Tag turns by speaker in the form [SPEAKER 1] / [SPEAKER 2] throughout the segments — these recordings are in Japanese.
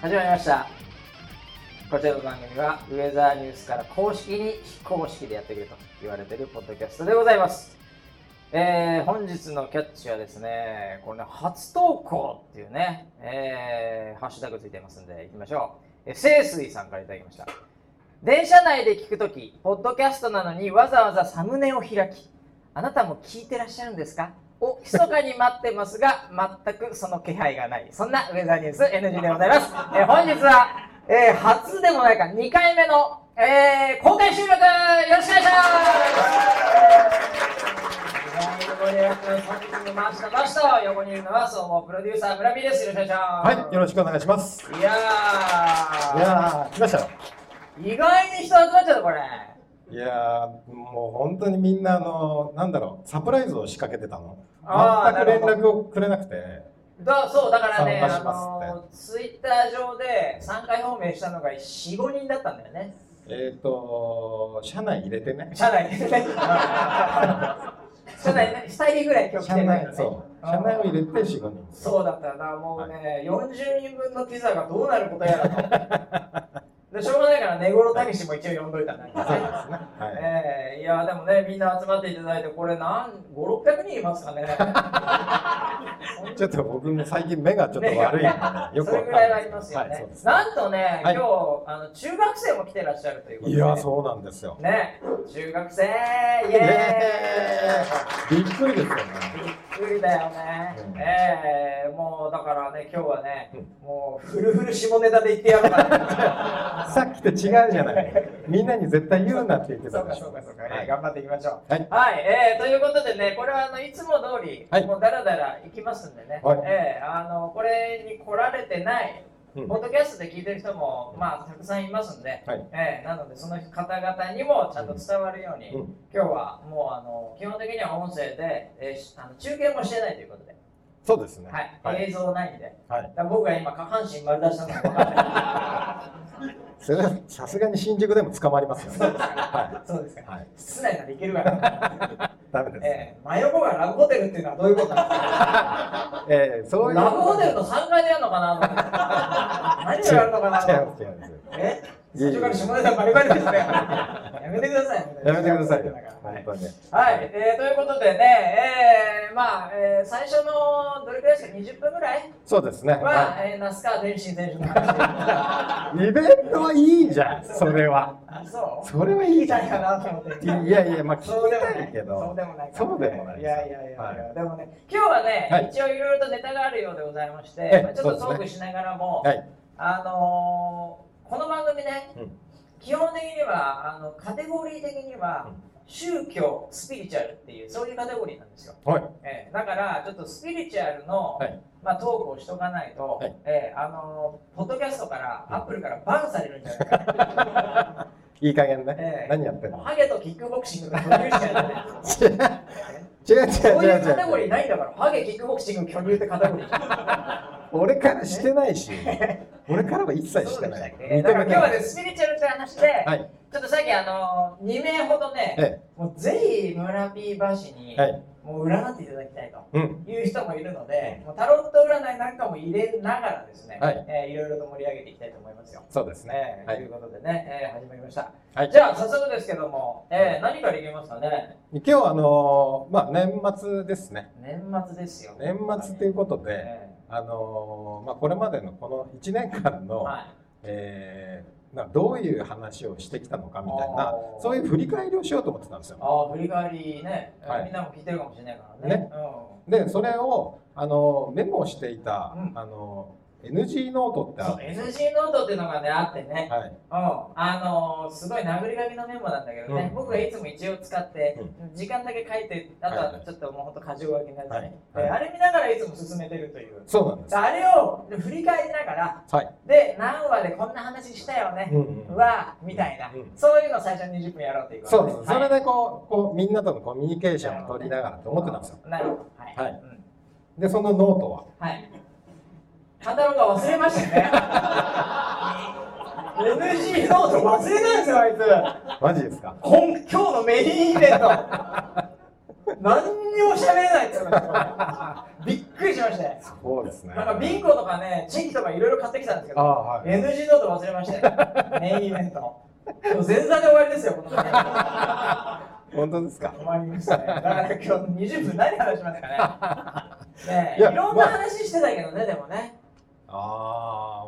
[SPEAKER 1] 始まりましたこちらの番組はウェザーニュースから公式に非公式でやってくれと言われてるポッドキャストでございますえー、本日のキャッチはですね、これね、初投稿っていうね、えー、ハッシュタグついてますんで、いきましょう。えー、清水さんからいただきました。電車内で聞くとき、ポッドキャストなのにわざわざサムネを開き、あなたも聞いてらっしゃるんですかを密かに待ってますが、全くその気配がない。そんなウェザーニュース NG でございます。 えー本日は、えー初でもないか、2回目の、えー公開収録、よろしくお願いします。横にいらっしゃる3人の回した回した横にいるのは総合プロデューサー村 P です。よろしくお願いします。
[SPEAKER 2] はい、よろしくお願いします。
[SPEAKER 1] いやー
[SPEAKER 2] いやー、来ましたよ。
[SPEAKER 1] 意外に人集まっちゃったこれ
[SPEAKER 2] いやー、もう本当にみんな、あの、なんだろう、サプライズを仕掛けてたの。
[SPEAKER 1] あー
[SPEAKER 2] 全く連絡をくれなくて。
[SPEAKER 1] だそうだからね
[SPEAKER 2] 参加
[SPEAKER 1] あ
[SPEAKER 2] しますって
[SPEAKER 1] のツイッター上で3回表明したのが45人だったんだよね
[SPEAKER 2] えっ、ー、と、社内入れてね。
[SPEAKER 1] 社内で ね社内ね2人ぐらい今日来
[SPEAKER 2] 社
[SPEAKER 1] てない
[SPEAKER 2] 内
[SPEAKER 1] よ、ね
[SPEAKER 2] そう。
[SPEAKER 1] あー
[SPEAKER 2] 社内を入れて4、5人。
[SPEAKER 1] そうだったなもうね、40人分のピザがどうなることやらと でしょうがないから根室たけしも一応呼んどいたんだけど
[SPEAKER 2] そうですね。
[SPEAKER 1] ね
[SPEAKER 2] は
[SPEAKER 1] ええいやでもねみんな集まっていただいてこれ何500600人いますかね
[SPEAKER 2] い。ちょっと僕も最近目がちょっと悪いので、よく
[SPEAKER 1] それ
[SPEAKER 2] わ
[SPEAKER 1] ぐ
[SPEAKER 2] から
[SPEAKER 1] いは
[SPEAKER 2] らな
[SPEAKER 1] あ
[SPEAKER 2] い
[SPEAKER 1] り
[SPEAKER 2] で
[SPEAKER 1] ますす
[SPEAKER 2] け
[SPEAKER 1] よね、
[SPEAKER 2] ど。はい、そうです。
[SPEAKER 1] なんとね、
[SPEAKER 2] はい
[SPEAKER 1] 今日あの中学生も来てらっしゃるということ
[SPEAKER 2] い
[SPEAKER 1] で
[SPEAKER 2] やー、そうなんですよ。
[SPEAKER 1] ね中学生イ
[SPEAKER 2] イ
[SPEAKER 1] エ
[SPEAKER 2] エーイびっくりですよね。
[SPEAKER 1] ーイびっくりだよね、
[SPEAKER 2] うん
[SPEAKER 1] ええもうだからね今日はね、
[SPEAKER 2] うん
[SPEAKER 1] もうフルフル下ネタで言ってやろうかな
[SPEAKER 2] さっきと違うじゃない。みんなに絶対言うなって言っ て
[SPEAKER 1] そ
[SPEAKER 2] た
[SPEAKER 1] う
[SPEAKER 2] から
[SPEAKER 1] かそうかそうか、
[SPEAKER 2] はい
[SPEAKER 1] 頑張っていきましょう
[SPEAKER 2] はい
[SPEAKER 1] えーということでねこれはあのいつも通り、
[SPEAKER 2] はい
[SPEAKER 1] もうダラダラいきますんでね、
[SPEAKER 2] はい
[SPEAKER 1] えーあのこれに来られてない
[SPEAKER 2] うん
[SPEAKER 1] ポッドキャストで聞いてる人も、まあ、たくさんいますんで、
[SPEAKER 2] はい
[SPEAKER 1] えーなのでその方々にもちゃんと伝わるように、
[SPEAKER 2] うん
[SPEAKER 1] 今日はもうあの基本的には音声で、えーしあの中継もしてないということで、
[SPEAKER 2] そうですね。
[SPEAKER 1] はい
[SPEAKER 2] はい。
[SPEAKER 1] 映像ないんで、
[SPEAKER 2] はい
[SPEAKER 1] だから僕が今下半身丸出したのが分かんない
[SPEAKER 2] それはさすがに新宿でも捕まりますよね。 は
[SPEAKER 1] そうですか
[SPEAKER 2] い。はい。
[SPEAKER 1] 室内ならいけるから、
[SPEAKER 2] ダメですね。
[SPEAKER 1] えー、真横がラブホテルっていうのはどういうことなんですか
[SPEAKER 2] えー、そういう。
[SPEAKER 1] ラブホテルの3階でやるのかなと 思って何をやるのかなと思って
[SPEAKER 2] 違う違う違う。
[SPEAKER 1] え
[SPEAKER 2] いえい
[SPEAKER 1] 最
[SPEAKER 2] え
[SPEAKER 1] 初から下ネタバリバ リですねやめてください
[SPEAKER 2] やめてくださいよ
[SPEAKER 1] だから。
[SPEAKER 2] 本当に。
[SPEAKER 1] はい、えーということでね、えーまあ、えー最初のどれくらいですか20分ぐらい
[SPEAKER 2] そうですね。
[SPEAKER 1] は、
[SPEAKER 2] は
[SPEAKER 1] えー那須川天心選手の話
[SPEAKER 2] いイベントはいいじゃん。それは。
[SPEAKER 1] あそう
[SPEAKER 2] それはいいじ
[SPEAKER 1] た
[SPEAKER 2] ゃ
[SPEAKER 1] いか
[SPEAKER 2] ん。
[SPEAKER 1] なと思って
[SPEAKER 2] いやいや、まあ、聞
[SPEAKER 1] そうで
[SPEAKER 2] き
[SPEAKER 1] も
[SPEAKER 2] た
[SPEAKER 1] ない
[SPEAKER 2] いけ
[SPEAKER 1] そう
[SPEAKER 2] ど。
[SPEAKER 1] でもない
[SPEAKER 2] そうでもない
[SPEAKER 1] い
[SPEAKER 2] です
[SPEAKER 1] やいやいやいや、
[SPEAKER 2] は
[SPEAKER 1] でもね今日はね、
[SPEAKER 2] はい
[SPEAKER 1] 一応いろいろとネタがあるようでございまして、
[SPEAKER 2] ええ
[SPEAKER 1] まあちょっとト
[SPEAKER 2] そうで
[SPEAKER 1] ー
[SPEAKER 2] すね
[SPEAKER 1] クしながらも、
[SPEAKER 2] はい。
[SPEAKER 1] あのーこの番組ね、
[SPEAKER 2] うん
[SPEAKER 1] 基本的にはあのカテゴリー的には、宗教スピリチュアルっていうそういうカテゴリーなんですよ、
[SPEAKER 2] はい。
[SPEAKER 1] ええだからちょっとスピリチュアルの、
[SPEAKER 2] はい
[SPEAKER 1] まあ、トークをしとかないと、
[SPEAKER 2] はい
[SPEAKER 1] ええあのーポッドキャストから、アップルからバンされるんじゃないかな
[SPEAKER 2] いい加減
[SPEAKER 1] え
[SPEAKER 2] ね
[SPEAKER 1] え。
[SPEAKER 2] 何やってん
[SPEAKER 1] もう
[SPEAKER 2] の
[SPEAKER 1] ハゲとキックボクシングが巨乳しちゃうよね
[SPEAKER 2] 違う違う
[SPEAKER 1] そう
[SPEAKER 2] 違
[SPEAKER 1] いう
[SPEAKER 2] う
[SPEAKER 1] カテゴリ
[SPEAKER 2] 違
[SPEAKER 1] ー
[SPEAKER 2] う。
[SPEAKER 1] ないんだからハゲキックボクシング巨乳ってカテゴリー
[SPEAKER 2] 俺からしてないし。俺からは一切し
[SPEAKER 1] そうで
[SPEAKER 2] て
[SPEAKER 1] した
[SPEAKER 2] な
[SPEAKER 1] っ
[SPEAKER 2] い。
[SPEAKER 1] けだから今日はね
[SPEAKER 2] す。
[SPEAKER 1] スピリチュアルって話で、
[SPEAKER 2] はい。
[SPEAKER 1] ちょっとさっきあの2名ほどね、
[SPEAKER 2] え
[SPEAKER 1] もうぜひ村 P バシに、
[SPEAKER 2] え。はい。
[SPEAKER 1] もう占っていただきたい
[SPEAKER 2] うん。
[SPEAKER 1] という人もいるので、もうタロット占いなんかも入れながらですね、
[SPEAKER 2] はい
[SPEAKER 1] えーいろいろと盛り上げていきたいと思いますよ。
[SPEAKER 2] そうですね。
[SPEAKER 1] えー
[SPEAKER 2] はい
[SPEAKER 1] ということでね、えー始まりました。
[SPEAKER 2] はい
[SPEAKER 1] じゃあ早速ですけども、えー何からいきますかね
[SPEAKER 2] 今日はあのーまあ年末ですね
[SPEAKER 1] 年末ですよ。
[SPEAKER 2] 年末ということで、
[SPEAKER 1] え
[SPEAKER 2] あのーまあこれまでのこの1年間
[SPEAKER 1] ー
[SPEAKER 2] の、
[SPEAKER 1] はい
[SPEAKER 2] えーなどういう話をしてきたのかみたいな
[SPEAKER 1] おー
[SPEAKER 2] そういう振り返りをしようと思ってたんですよ
[SPEAKER 1] ああ、振り返りね、
[SPEAKER 2] はい
[SPEAKER 1] みんなも聞いてるかもしれないからね。
[SPEAKER 2] ね
[SPEAKER 1] う
[SPEAKER 2] でそれをあのーメモしていた、
[SPEAKER 1] うん
[SPEAKER 2] あのー NG ノートって
[SPEAKER 1] ん、そ
[SPEAKER 2] あ
[SPEAKER 1] う
[SPEAKER 2] るんですよ
[SPEAKER 1] NG ノートっていうのがねあってね、
[SPEAKER 2] はい、
[SPEAKER 1] うん、あのーすごい殴り書きのメモなんだけどね、
[SPEAKER 2] うん
[SPEAKER 1] 僕がいつも一応使って、時間だけ書いて、あと
[SPEAKER 2] はい
[SPEAKER 1] は
[SPEAKER 2] はい
[SPEAKER 1] ちょっともうほんと箇条書きになっちゃう、
[SPEAKER 2] はい
[SPEAKER 1] であれ見ながらいつも進めてるという。
[SPEAKER 2] そうなんです
[SPEAKER 1] あれを振り返りながら、
[SPEAKER 2] はい、
[SPEAKER 1] で、何話でこんな話したよね、
[SPEAKER 2] うんうん
[SPEAKER 1] うわみたいな、
[SPEAKER 2] うん
[SPEAKER 1] そういうのを最初に20分やろうということ
[SPEAKER 2] そうです、
[SPEAKER 1] はい
[SPEAKER 2] それでこうこうみんなとのコミュニケーションを取りながらと思ってたんですよ
[SPEAKER 1] なるほど。はい。
[SPEAKER 2] はい
[SPEAKER 1] うん
[SPEAKER 2] でそのノートは
[SPEAKER 1] はい。勘太郎が忘れましたね。NG ノート忘れたんですよ、あいつ。
[SPEAKER 2] マジですか
[SPEAKER 1] 今今日のメインイベント。何にも喋れないっつうの。
[SPEAKER 2] びっ
[SPEAKER 1] くりしましたよ
[SPEAKER 2] そうですね。
[SPEAKER 1] なんかビンゴとかね、チェキとかいろいろ買ってきたんですけど、
[SPEAKER 2] ああ、はい。
[SPEAKER 1] NG ノート忘れましたよ。メインイベントの。でも前座で終わりですよ、このね。
[SPEAKER 2] 本当ですか。
[SPEAKER 1] 終わりましたね。だから今日20分何話しますかね。ねえ
[SPEAKER 2] いや
[SPEAKER 1] いろんな話してたけどね、でもね。
[SPEAKER 2] あ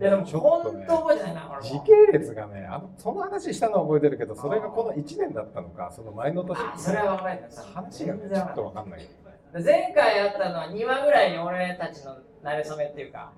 [SPEAKER 1] いやでも
[SPEAKER 2] あ、
[SPEAKER 1] 本当覚えてないな、俺
[SPEAKER 2] 時
[SPEAKER 1] も。
[SPEAKER 2] 系列がね、あのその話したのは覚えてるけど、それがこの1年だったのか、その前の年
[SPEAKER 1] あ、それは覚えてない。
[SPEAKER 2] 話がね、
[SPEAKER 1] 全
[SPEAKER 2] ち
[SPEAKER 1] 然
[SPEAKER 2] ょ
[SPEAKER 1] わか
[SPEAKER 2] っ
[SPEAKER 1] んな
[SPEAKER 2] と
[SPEAKER 1] い
[SPEAKER 2] わかんないけど。
[SPEAKER 1] 前回あったのは2話ぐらいに俺たちの馴れ初めっていうか、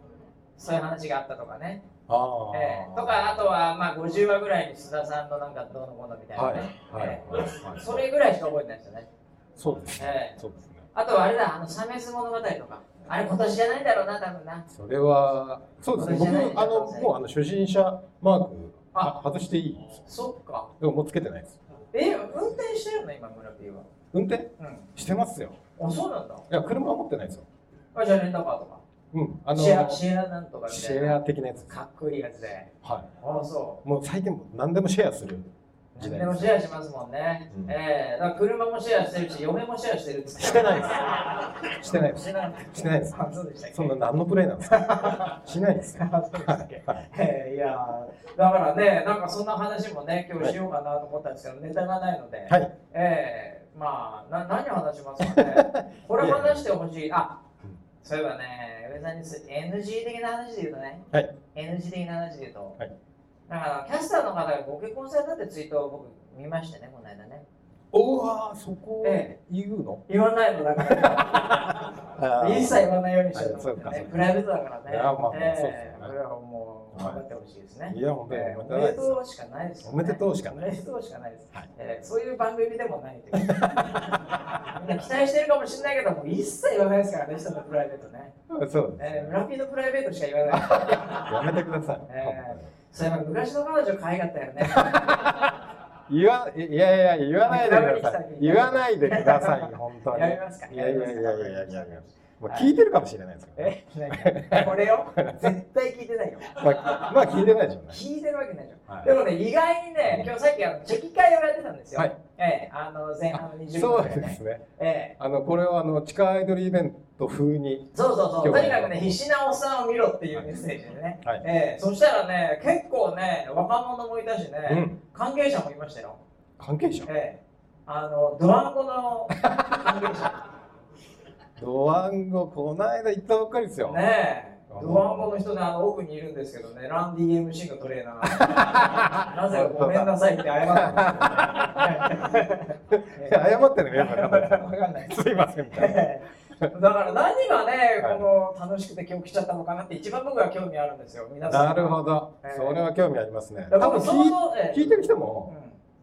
[SPEAKER 1] そういう話があったとかね。
[SPEAKER 2] ああ、
[SPEAKER 1] ええとか、あとはまあ50話ぐらいに須田さんのなんかどうのこうのみたいな
[SPEAKER 2] はい
[SPEAKER 1] ね。
[SPEAKER 2] はい
[SPEAKER 1] え
[SPEAKER 2] はいは
[SPEAKER 1] え
[SPEAKER 2] い。
[SPEAKER 1] それぐらいしか覚えてないですよね。
[SPEAKER 2] そうですね。
[SPEAKER 1] ええ
[SPEAKER 2] そうですね。
[SPEAKER 1] あとはあれだ、あの、サメス物語とか。あれ今年じゃないんだろうな、多分な。
[SPEAKER 2] それはそうですね。
[SPEAKER 1] それじゃない
[SPEAKER 2] 僕あのもうあの初心者マーク
[SPEAKER 1] あ
[SPEAKER 2] あ外していいです。
[SPEAKER 1] そっか。
[SPEAKER 2] でももうつけてないです。
[SPEAKER 1] え、運転してるの今、村 P は。
[SPEAKER 2] 運転
[SPEAKER 1] うん。
[SPEAKER 2] してますよ。
[SPEAKER 1] あ、そうなんだ。
[SPEAKER 2] いや車は持ってないですよ。
[SPEAKER 1] あ、じゃあレンタカーとか。
[SPEAKER 2] うん。あの
[SPEAKER 1] シェア、シェアなんとかみ
[SPEAKER 2] シ
[SPEAKER 1] たいな。
[SPEAKER 2] ェア的なやつ。
[SPEAKER 1] かっこいいやつで。
[SPEAKER 2] は
[SPEAKER 1] あ、そう。
[SPEAKER 2] い。もう最近も何でもシェアする
[SPEAKER 1] 何
[SPEAKER 2] 時代
[SPEAKER 1] でも
[SPEAKER 2] です。
[SPEAKER 1] シェアしますもんね。
[SPEAKER 2] うん
[SPEAKER 1] ええだから車もシェアしてるし、嫁もシェアしてるっつって。
[SPEAKER 2] してないです。してないです。
[SPEAKER 1] してないです。
[SPEAKER 2] してないで す
[SPEAKER 1] あそうでしたっけ
[SPEAKER 2] そんな何のプレイなんですか。 しないですよ。
[SPEAKER 1] あそうでしたっけええいやーだからね、なんかそんな話もね、今日しようかなと思ったんですけど、ネタがないので、
[SPEAKER 2] はい。
[SPEAKER 1] ええまあ、な何を話しますかね。 これ話してほしい。あ
[SPEAKER 2] うん
[SPEAKER 1] そういえばね、上田さんにす NG 的な話で言うとね、
[SPEAKER 2] はい
[SPEAKER 1] NG 的な話で言うと、
[SPEAKER 2] はい
[SPEAKER 1] なんかキャスターの方がご結婚されたってツイートを僕見ましてね、この間ね。
[SPEAKER 2] おお、そこを
[SPEAKER 1] え
[SPEAKER 2] 言うの？
[SPEAKER 1] 言わないのだから
[SPEAKER 2] あー
[SPEAKER 1] 一切言わないようにしてる、
[SPEAKER 2] あそうかそう
[SPEAKER 1] ね
[SPEAKER 2] か、
[SPEAKER 1] プライベートだからね
[SPEAKER 2] いやまあまあそうです
[SPEAKER 1] ええ
[SPEAKER 2] よね
[SPEAKER 1] これはもう頑張ってほしいですね、
[SPEAKER 2] いや本当に
[SPEAKER 1] ええ
[SPEAKER 2] お
[SPEAKER 1] お
[SPEAKER 2] め
[SPEAKER 1] めで
[SPEAKER 2] でたいです。
[SPEAKER 1] とうしかないですよね
[SPEAKER 2] おめでとうしかない
[SPEAKER 1] おめでとうしかないです、
[SPEAKER 2] はい
[SPEAKER 1] ええそういう番組でも ないというみんな期待してるかもしれないけども一切言わないですからね人のプライベートね、
[SPEAKER 2] そうです
[SPEAKER 1] ええ
[SPEAKER 2] ね。
[SPEAKER 1] 村ピーのプライベートしか言わない
[SPEAKER 2] やめてください。
[SPEAKER 1] えそれは昔の彼女可愛かったよね
[SPEAKER 2] 言わいやいや言わないでください。言わないでください本当に。
[SPEAKER 1] やりますか
[SPEAKER 2] いやいやいやいやいやいやいや。まあ
[SPEAKER 1] はい
[SPEAKER 2] 聞いてるかもしれないですけど、ね
[SPEAKER 1] え何これよ絶対聞いてないよ
[SPEAKER 2] まあまあ聞いてないでしょうね。
[SPEAKER 1] 聞いてるわけないじゃん、
[SPEAKER 2] はい
[SPEAKER 1] でもね意外にね今日さっきあのチェキ会をやってたんですよ、
[SPEAKER 2] はい
[SPEAKER 1] ええあの前半の20
[SPEAKER 2] そ
[SPEAKER 1] 分
[SPEAKER 2] う
[SPEAKER 1] ぐらい
[SPEAKER 2] で
[SPEAKER 1] ね
[SPEAKER 2] すね。
[SPEAKER 1] ええ
[SPEAKER 2] あのこれをあの地下アイドルイベント風に。
[SPEAKER 1] そうそうそう
[SPEAKER 2] 今
[SPEAKER 1] と
[SPEAKER 2] 日
[SPEAKER 1] に
[SPEAKER 2] は
[SPEAKER 1] かくね必死なおっさんを見ろっていうメッセージでね、
[SPEAKER 2] はい
[SPEAKER 1] ええそしたらね結構ね若者もいたしね、
[SPEAKER 2] うん。
[SPEAKER 1] 関係者もいましたよ
[SPEAKER 2] 関係者。
[SPEAKER 1] ええあのドワンゴの関係者
[SPEAKER 2] ドワンゴこの間行ったばっかりですよ。
[SPEAKER 1] ねえドワンゴの人ねあの奥にいるんですけどねランディ MC のトレーナ ーなぜかごめんなさいって謝ってます、ねええ
[SPEAKER 2] 謝ってるのよくわかんない
[SPEAKER 1] わかんない。
[SPEAKER 2] すいませんみたいな。
[SPEAKER 1] ええ だから何がね、
[SPEAKER 2] はい
[SPEAKER 1] この楽しくて今日来ちゃったのかなって一番僕は興味あるんですよ、皆さん。
[SPEAKER 2] なるほど
[SPEAKER 1] え。ー
[SPEAKER 2] それは興味ありますね。
[SPEAKER 1] だ
[SPEAKER 2] 多
[SPEAKER 1] から
[SPEAKER 2] 分
[SPEAKER 1] 僕
[SPEAKER 2] 聞
[SPEAKER 1] 想
[SPEAKER 2] い
[SPEAKER 1] 像ええ
[SPEAKER 2] 聞いてる人
[SPEAKER 1] う
[SPEAKER 2] も、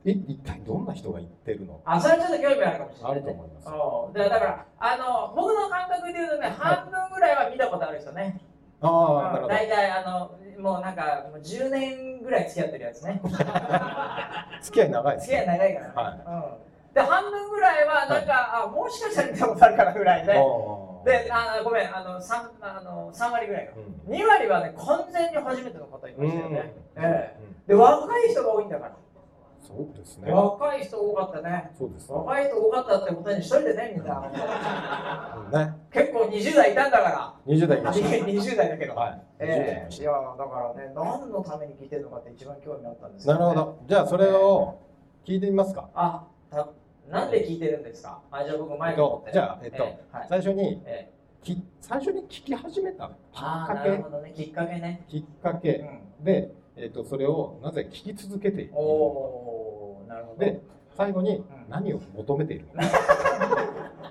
[SPEAKER 1] ん
[SPEAKER 2] え、一体どんな人が行ってるの
[SPEAKER 1] あ、それはちょっと興味あるかもしれない、
[SPEAKER 2] あると思います。
[SPEAKER 1] そうでだから、あの、僕の感覚で言うとね、半分ぐらいは見たことある人ね。
[SPEAKER 2] ああ、なる
[SPEAKER 1] うん
[SPEAKER 2] ほど。
[SPEAKER 1] 大体、あの、もうなんか、もう10年ぐらい付き合ってるやつね。
[SPEAKER 2] 付き合い長いです
[SPEAKER 1] 付き合い
[SPEAKER 2] ね。
[SPEAKER 1] 長いからね。
[SPEAKER 2] は
[SPEAKER 1] う
[SPEAKER 2] い
[SPEAKER 1] ん、で、半分ぐらいは、なんか、あ、もしかしたら見たことあるからぐらいで、
[SPEAKER 2] おー
[SPEAKER 1] で、あごめん、あの、3, あの3割ぐらいかな。
[SPEAKER 2] うん
[SPEAKER 1] 2割はね、完全に初めての方いま
[SPEAKER 2] う
[SPEAKER 1] したよ
[SPEAKER 2] ん
[SPEAKER 1] ね。ええ
[SPEAKER 2] うん
[SPEAKER 1] で、若い人が多いんだから。
[SPEAKER 2] そうですね。
[SPEAKER 1] 若い人多かったね。
[SPEAKER 2] そうですね。
[SPEAKER 1] 若い人多かったってことに一人でね、みんな。
[SPEAKER 2] うんね、
[SPEAKER 1] 結構20代いたんだか
[SPEAKER 2] 20代い
[SPEAKER 1] ら。
[SPEAKER 2] ました。
[SPEAKER 1] 20代だけど。
[SPEAKER 2] はい。20代い
[SPEAKER 1] え
[SPEAKER 2] ま
[SPEAKER 1] え
[SPEAKER 2] し
[SPEAKER 1] いや、だからね、何のために聞いてるのかって一番興味あったんです
[SPEAKER 2] た。
[SPEAKER 1] よ
[SPEAKER 2] な
[SPEAKER 1] ね
[SPEAKER 2] るほ。ど。じゃあそれを聞いてみますか。
[SPEAKER 1] あ、たなんで聞いてるんですかあ、じゃあ僕
[SPEAKER 2] え
[SPEAKER 1] マイ
[SPEAKER 2] っ
[SPEAKER 1] ク持っ
[SPEAKER 2] と
[SPEAKER 1] て。
[SPEAKER 2] じゃあえっと
[SPEAKER 1] ええはい。
[SPEAKER 2] 最初に
[SPEAKER 1] え
[SPEAKER 2] き最初に聞き始めたきっ
[SPEAKER 1] えああ、
[SPEAKER 2] か
[SPEAKER 1] なる
[SPEAKER 2] け
[SPEAKER 1] ほどね。きっかけね。
[SPEAKER 2] きっか
[SPEAKER 1] う
[SPEAKER 2] け
[SPEAKER 1] ん、
[SPEAKER 2] でえっとそれをなぜ聞き続けている
[SPEAKER 1] お
[SPEAKER 2] の
[SPEAKER 1] おー、なるほ
[SPEAKER 2] か
[SPEAKER 1] ど。
[SPEAKER 2] で最後に
[SPEAKER 1] ん
[SPEAKER 2] 何を求めているのか。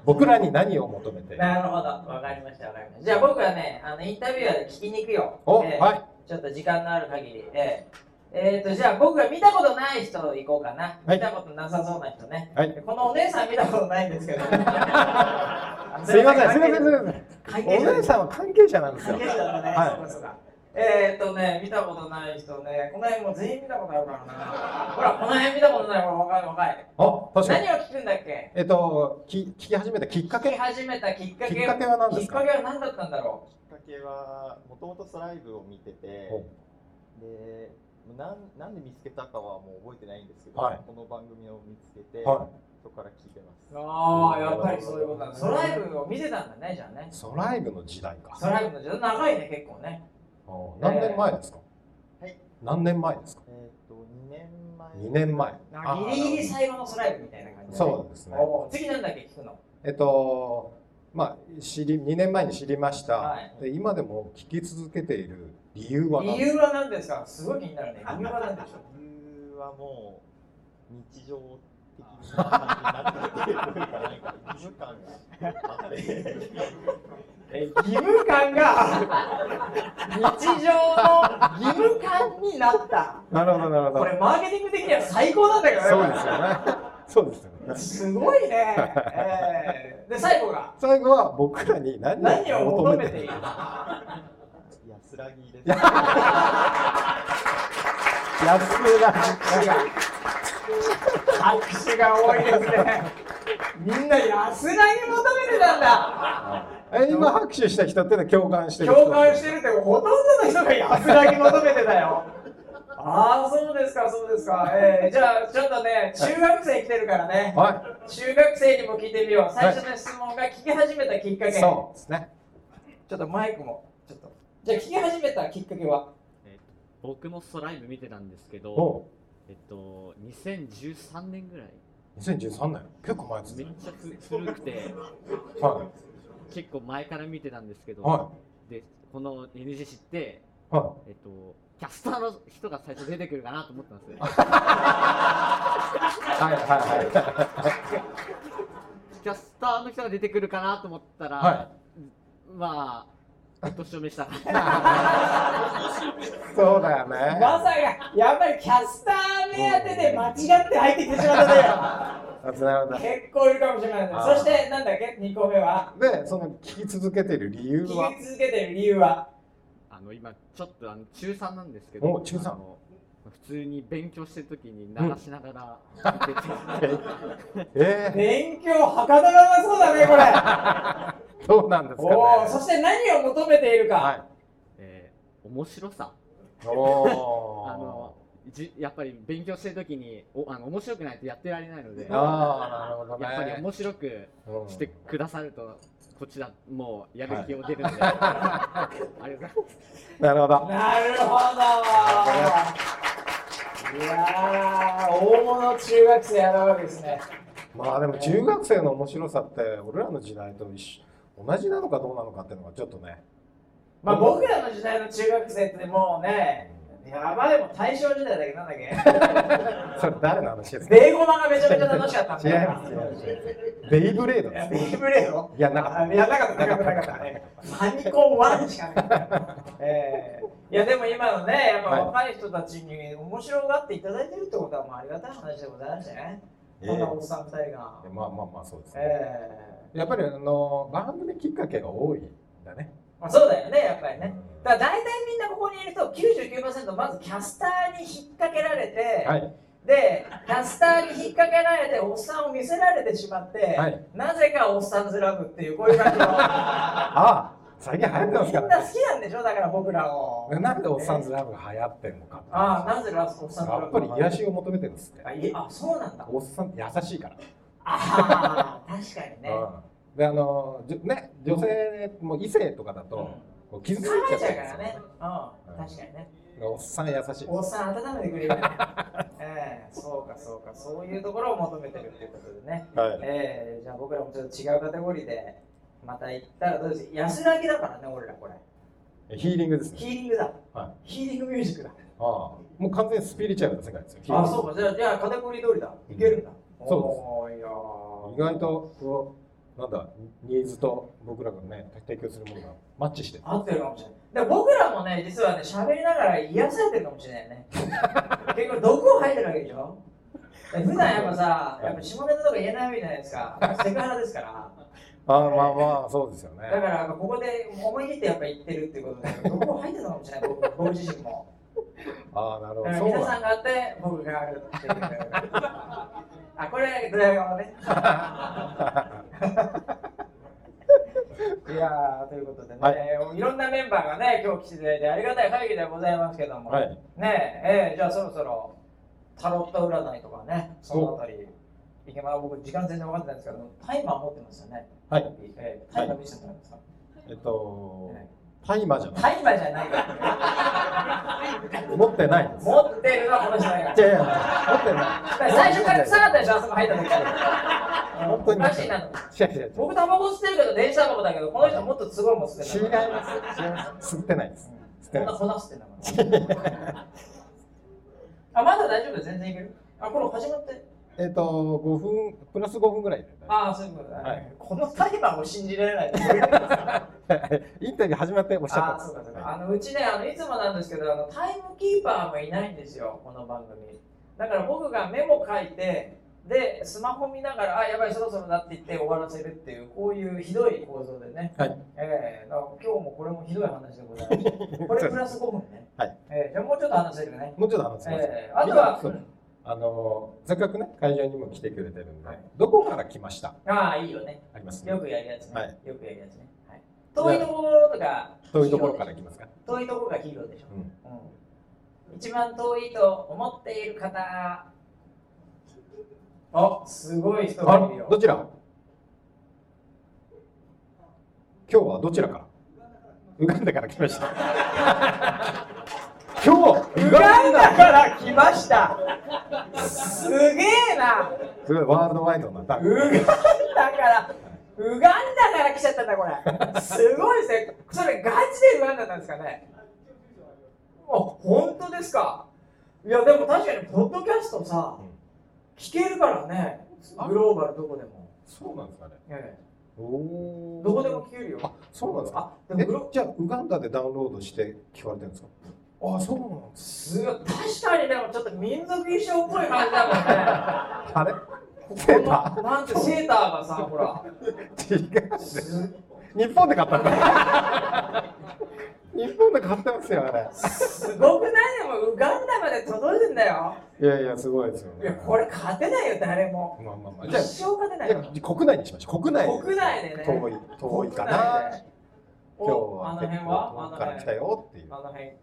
[SPEAKER 2] 僕らに何を求めているのか。
[SPEAKER 1] なるほど、わかりました、わかりました。じゃあ僕はね、あのインタビュアーで聞きに行くよ。
[SPEAKER 2] お
[SPEAKER 1] えー
[SPEAKER 2] はい。
[SPEAKER 1] ちょっと時間のある限り。えーえーとじゃあ僕が見たことない人行こうかな、
[SPEAKER 2] はい
[SPEAKER 1] 見たことなさそうな人ね、
[SPEAKER 2] はい
[SPEAKER 1] このお姉さん見たことないんですけ ど関係
[SPEAKER 2] すいませんすいませんすいません。
[SPEAKER 1] 者
[SPEAKER 2] お姉さんは関係者なんです
[SPEAKER 1] 関
[SPEAKER 2] よ
[SPEAKER 1] 係。者だね、
[SPEAKER 2] はい
[SPEAKER 1] そうかそうかえー、っとね見たことない人ねこの辺もう全員見たことあるからなほらこの辺見たことないほら若い若い
[SPEAKER 2] あ確かに。
[SPEAKER 1] 何を聞くんだっけ
[SPEAKER 2] えっとき聞き始めたきっか
[SPEAKER 1] 聞き
[SPEAKER 2] け。
[SPEAKER 1] 始めたきっかけ
[SPEAKER 2] きっかけは何ですか
[SPEAKER 1] きっかけは何だったんだろ
[SPEAKER 3] きっかけはもともとスライブを見てて
[SPEAKER 2] ほう
[SPEAKER 3] でなんなんで見つけたかはもう覚えてないんですけど、
[SPEAKER 2] はい
[SPEAKER 3] この番組を見つけて、
[SPEAKER 2] は
[SPEAKER 3] 後から聞いてます。
[SPEAKER 1] ああ、やっぱりそういうことなんだ。ソライブを見てたんだね、じゃあね。
[SPEAKER 2] ソライブの時代か。
[SPEAKER 1] ソライブの時代長いね、結構ね。
[SPEAKER 2] あー何年前ですか、
[SPEAKER 3] はい
[SPEAKER 2] 何年前ですか
[SPEAKER 3] えっ、と、2年前。
[SPEAKER 2] ?2 年前。
[SPEAKER 1] なんかギリギリ最後のソライブみたいな感じ、ね。
[SPEAKER 2] そうですね。
[SPEAKER 1] おー次なんだっけ聞くの。
[SPEAKER 2] えっと、まあ、知り、2年前に知りました。
[SPEAKER 1] はい
[SPEAKER 2] で今でも聞き続けている理由は何
[SPEAKER 1] 理
[SPEAKER 2] です
[SPEAKER 1] 由
[SPEAKER 2] か
[SPEAKER 1] は何ですかすごい気になるね。理由は何でしょう
[SPEAKER 3] 理由はもう、日常的な感じになってきてるから、なんか義務感があって、
[SPEAKER 1] え義務感が日常の義務感になった
[SPEAKER 2] なるほど、なるほ
[SPEAKER 1] これマーケティング的には最高なんだけどね
[SPEAKER 2] そうですよね。そうですよね。
[SPEAKER 1] すごいね、えーで最後が
[SPEAKER 2] 最後は僕らに何
[SPEAKER 1] 何を
[SPEAKER 2] を
[SPEAKER 1] 求め
[SPEAKER 2] 求め
[SPEAKER 1] て
[SPEAKER 2] て
[SPEAKER 1] い
[SPEAKER 2] い
[SPEAKER 1] る
[SPEAKER 2] る
[SPEAKER 3] 安らぎです。
[SPEAKER 2] 安ら
[SPEAKER 1] 何が 拍手が多いですねみんな安らぎ求めてたんだ
[SPEAKER 2] ぎえ今拍手した人ってのは共感してる人
[SPEAKER 1] 共感してるってほとんどの人が安らぎ求めてたよああそうですかそうですか、えーじゃあちょっとね中学生来てるからね、
[SPEAKER 2] は
[SPEAKER 1] 中学生にも聞いてみよう最初の質問が聞き始めたきっかけ、
[SPEAKER 2] いそうですね
[SPEAKER 1] ちょっとマイクもちょっとじゃあ聞き始めたきっかけは
[SPEAKER 4] 僕もソライブ見てたんですけど、
[SPEAKER 2] お
[SPEAKER 4] えっと、2013年ぐらい、
[SPEAKER 2] う2013年結構前です
[SPEAKER 4] めっ
[SPEAKER 2] ね
[SPEAKER 4] ちゃふ古 くて、
[SPEAKER 2] は
[SPEAKER 4] 結構前から見てたんですけ
[SPEAKER 2] い
[SPEAKER 4] ど、
[SPEAKER 2] は
[SPEAKER 4] でこの NGC って、
[SPEAKER 2] いは
[SPEAKER 4] えっと、キャスターの人が最初出てくるかなと思ったんですよ。
[SPEAKER 2] いはいはいはい
[SPEAKER 4] キャスターの人が出てくるかなと思ったら、
[SPEAKER 2] は
[SPEAKER 4] まあ、お年を召した。
[SPEAKER 2] そうだよ
[SPEAKER 1] ま
[SPEAKER 2] ね
[SPEAKER 1] さかやっぱりキャスター目当てで間違って入ってきてしまったね
[SPEAKER 2] 夏なるほ
[SPEAKER 1] 結構いるかもしれないね
[SPEAKER 2] あ
[SPEAKER 1] そ
[SPEAKER 2] ー
[SPEAKER 1] してなんだっけ2個目は
[SPEAKER 2] どでその聞き続けている理由は
[SPEAKER 1] 聞き続けてる理由は
[SPEAKER 4] あの今、ちょっとあの中3なんですけ
[SPEAKER 2] お
[SPEAKER 4] ど、
[SPEAKER 2] 中三
[SPEAKER 4] あの普通に勉強してるときに流しながら見てて、
[SPEAKER 2] え
[SPEAKER 1] 勉強はかどらなそうだねこ れ
[SPEAKER 2] ー、どうなんですかね
[SPEAKER 1] おおそして何を求めているか、
[SPEAKER 2] は
[SPEAKER 4] えー面白さ。
[SPEAKER 2] いおー
[SPEAKER 4] あのじやっぱり勉強してるときにおあの面白くないとやってられないので、やっ
[SPEAKER 2] あーなるほどね
[SPEAKER 4] ぱり面白く
[SPEAKER 2] うん
[SPEAKER 4] してくださると、こっちだ、もうやる気を出るので、 ありがとうござい
[SPEAKER 2] なるほど
[SPEAKER 1] なるほどいやー大物中学生やるわけですね
[SPEAKER 2] まあでも中学生の面白さって俺らの時代と一緒同じなのかどうなのかっていうのがちょっとね
[SPEAKER 1] まあ僕らの時代の中学生ってもうねやばいもん大正時代だけどなんだっけ
[SPEAKER 2] それ誰の話ですか
[SPEAKER 1] ベーゴマがめちゃめちゃ楽しかったん
[SPEAKER 2] 違い
[SPEAKER 1] だよ
[SPEAKER 2] ます違いますベイブレード
[SPEAKER 1] い
[SPEAKER 2] で
[SPEAKER 1] や
[SPEAKER 2] す
[SPEAKER 1] ベイブレード
[SPEAKER 2] いやなかった
[SPEAKER 1] あいやなかったなかったなかったねファニコン1しかなかった、えーいやでも今のねやっぱ
[SPEAKER 2] はい
[SPEAKER 1] 若い人たちに面白がっていただいてるってことはもうありがたい話でございましたね、こんなおっさん2人が
[SPEAKER 2] えーまあまあまあそうですね、
[SPEAKER 1] え
[SPEAKER 2] やっぱりあの番組きっかけが多いんだね
[SPEAKER 1] ーまあ、そうだよねやっぱりね、
[SPEAKER 2] うん
[SPEAKER 1] だから大体みんなここにいる人99%まずキャスターに引っ掛けられて、
[SPEAKER 2] はい
[SPEAKER 1] でキャスターに引っ掛けられておっさんを見せられてしまって、
[SPEAKER 2] はい
[SPEAKER 1] なぜかおっさんずラブっていうこういう感じ の
[SPEAKER 2] ああ最近流行ってますか
[SPEAKER 1] みんな
[SPEAKER 2] ら
[SPEAKER 1] 好きなんでしょだから僕らを
[SPEAKER 2] ねなんでおっさんずラブが流行ってんのかって
[SPEAKER 1] ああなぜラブおっさんずラ
[SPEAKER 2] やっ
[SPEAKER 1] ブ
[SPEAKER 2] ぱり癒しを求めてるんですって
[SPEAKER 1] あいあそうなんだ
[SPEAKER 2] おっさんって優しいから、
[SPEAKER 1] ああ確かにね
[SPEAKER 2] うん、であのじゅね女性も異性とかだ
[SPEAKER 1] うん
[SPEAKER 2] とこう傷つい
[SPEAKER 1] 疲れ
[SPEAKER 2] ち
[SPEAKER 1] ち
[SPEAKER 2] ゃ
[SPEAKER 1] ゃ
[SPEAKER 2] っ
[SPEAKER 1] う
[SPEAKER 2] た
[SPEAKER 1] か
[SPEAKER 2] りす
[SPEAKER 1] ら
[SPEAKER 2] る
[SPEAKER 1] ね、うん、
[SPEAKER 2] うん
[SPEAKER 1] 確かにね
[SPEAKER 2] おっさん優しい
[SPEAKER 1] おっさん温めてくれる よね、ええそうかそうかそういうところを求めてるっていうことでね
[SPEAKER 2] はい
[SPEAKER 1] えー、じゃあ僕らもちょっと違うカテゴリーでまた行ったらどうです安らぎだからね俺らこれ
[SPEAKER 2] ヒーリングですね
[SPEAKER 1] ヒーリングだ、
[SPEAKER 2] は
[SPEAKER 1] ヒーリングミュージックだ
[SPEAKER 2] ああもう完全にスピリチュアルな世界ですよヒーリ
[SPEAKER 1] あ
[SPEAKER 2] ング
[SPEAKER 1] そうかじゃあじゃあカテゴリー通りだいけるんだ、
[SPEAKER 2] んそうです
[SPEAKER 1] おーいや
[SPEAKER 2] 意外とこうなんだニーズと僕らがね提供するものがマッチしてる
[SPEAKER 1] 合ってるかもしれないで僕らもね実はね喋りながら癒されてるかもしれないね結構毒を吐いてるわけでしょで普段やっぱさやっぱ下ネタとか言えないわけじゃないですかセクハラですから
[SPEAKER 2] ああまあまあそうですよね
[SPEAKER 1] だからやっぱここで思い切ってやっぱ言ってるってことで毒を吐いてるのかもしれない僕僕自身も
[SPEAKER 2] ああなるほ
[SPEAKER 1] だから
[SPEAKER 2] どそう
[SPEAKER 1] 皆さん
[SPEAKER 2] だ
[SPEAKER 1] があって僕があるって いう。あ、これドラえもんね。いやーということでね、
[SPEAKER 2] はい
[SPEAKER 1] えーいろんなメンバーがね今日来ていただいてありがたい会議でございますけども、
[SPEAKER 2] はい
[SPEAKER 1] ねええーじゃあそろそろタロット占いとかねそのあたりいけまあ僕時間全然分かってないんですけどタイマー持ってますよね
[SPEAKER 2] はい。
[SPEAKER 1] えータイマー見せてもらえますか、
[SPEAKER 2] えっと
[SPEAKER 1] え、
[SPEAKER 2] 大麻じゃ
[SPEAKER 1] ー
[SPEAKER 2] な
[SPEAKER 1] タイマーじゃないから
[SPEAKER 2] い。持ってない。
[SPEAKER 1] 持ってるのはこの人だ
[SPEAKER 2] い
[SPEAKER 1] か
[SPEAKER 2] やいや、持ってない。
[SPEAKER 1] ら最初から臭かったでしょあそこ入った時から
[SPEAKER 2] 本当に
[SPEAKER 1] おかしいなの
[SPEAKER 2] 違う違う
[SPEAKER 1] 僕タバコ吸ってるけど電子タバコだけどこの人もっと都合も吸って
[SPEAKER 2] 違
[SPEAKER 1] る
[SPEAKER 2] います。違います。吸ってないです。吸って
[SPEAKER 1] こん
[SPEAKER 2] な
[SPEAKER 1] ない
[SPEAKER 2] で
[SPEAKER 1] 粉吸ってんだからあまだ大丈夫だよ全然いけるあこれ始まって
[SPEAKER 2] す。えっと、5分、プラス5分ぐらいで。
[SPEAKER 1] ああそういうことだ、
[SPEAKER 2] は
[SPEAKER 1] ねこのタイマーを信じられない
[SPEAKER 2] インタビュー始まっておっしゃ
[SPEAKER 1] あ
[SPEAKER 2] っ
[SPEAKER 1] ー
[SPEAKER 2] た
[SPEAKER 1] そうか
[SPEAKER 2] ん
[SPEAKER 1] そう
[SPEAKER 2] です。
[SPEAKER 1] か
[SPEAKER 2] は
[SPEAKER 1] あのうちねあのいつもなんですけどあのタイムキーパーもいないんですよこの番組だから僕がメモ書いてでスマホ見ながらあやばいそろそろだって言って終わらせるっていうこういうひどい構造でね、
[SPEAKER 2] はい
[SPEAKER 1] えーだから今日もこれもひどい話でございますこれプラス5分ね、
[SPEAKER 2] はい
[SPEAKER 1] えーじゃあもうちょっと話せるね、
[SPEAKER 2] いもうちょっと話します。
[SPEAKER 1] えーあとは、
[SPEAKER 2] そうあのせっかくね会場にも来てくれてるんで、
[SPEAKER 1] はい
[SPEAKER 2] どこから来ました
[SPEAKER 1] ああいいよね
[SPEAKER 2] あります、
[SPEAKER 1] よくやるやつね、
[SPEAKER 2] はい
[SPEAKER 1] よくやるやつね、はい、遠いところとか
[SPEAKER 2] 遠いところから来ますか
[SPEAKER 1] 遠いところがヒーローでしょ、
[SPEAKER 2] うん
[SPEAKER 1] うん一番遠いと思っている方あすごい人がい
[SPEAKER 2] あ
[SPEAKER 1] る
[SPEAKER 2] ど
[SPEAKER 1] よ
[SPEAKER 2] ちら今日はどちらからウガンダから来 ました今日
[SPEAKER 1] ウガンダから来ましたすげえな
[SPEAKER 2] すごいワールドワイドな
[SPEAKER 1] ウガンダからウガンダから来ちゃったんだこれすごいですねそれガチでウガンダなんですかねあ本当ですかいやでも確かにポッドキャストさ
[SPEAKER 2] うん
[SPEAKER 1] 聞けるからねグローバルどこでも、
[SPEAKER 2] そうなんですかね
[SPEAKER 1] え
[SPEAKER 2] お
[SPEAKER 1] え
[SPEAKER 2] お
[SPEAKER 1] どこでも聞けるよ
[SPEAKER 2] あそうなんですか
[SPEAKER 1] あ、でも
[SPEAKER 2] え
[SPEAKER 1] グロ
[SPEAKER 2] じゃあウガンダでダウンロードして聞かれてるんですかあそうなんです
[SPEAKER 1] すごい確かにでもちょっと民族衣装っぽい感じだ
[SPEAKER 2] あれ
[SPEAKER 1] もんね。
[SPEAKER 2] セータ
[SPEAKER 1] このなんてセーターがさ、ほら。
[SPEAKER 2] ー 違う
[SPEAKER 1] す
[SPEAKER 2] 日本で買ったんだ日本で買ってますよあれ
[SPEAKER 1] すごくないでもウガンダまで届いてんだよ。
[SPEAKER 2] いやいやすごいですよ
[SPEAKER 1] い
[SPEAKER 2] ね
[SPEAKER 1] やこれ勝てないよ誰も。
[SPEAKER 2] まあまあまあ
[SPEAKER 1] 一
[SPEAKER 2] じゃあ
[SPEAKER 1] 生勝てない
[SPEAKER 2] じゃ
[SPEAKER 1] よ。
[SPEAKER 2] あ国内にしましょう国内
[SPEAKER 1] 国内でね
[SPEAKER 2] 遠い遠いかな
[SPEAKER 1] 国内で
[SPEAKER 2] 今日
[SPEAKER 1] おあ
[SPEAKER 2] は
[SPEAKER 1] の
[SPEAKER 2] 結
[SPEAKER 1] 辺
[SPEAKER 2] 構
[SPEAKER 1] は
[SPEAKER 2] 遠く
[SPEAKER 1] あ
[SPEAKER 2] から
[SPEAKER 1] の
[SPEAKER 2] 来た
[SPEAKER 1] 辺。
[SPEAKER 2] よっていう
[SPEAKER 1] あの辺。
[SPEAKER 2] 名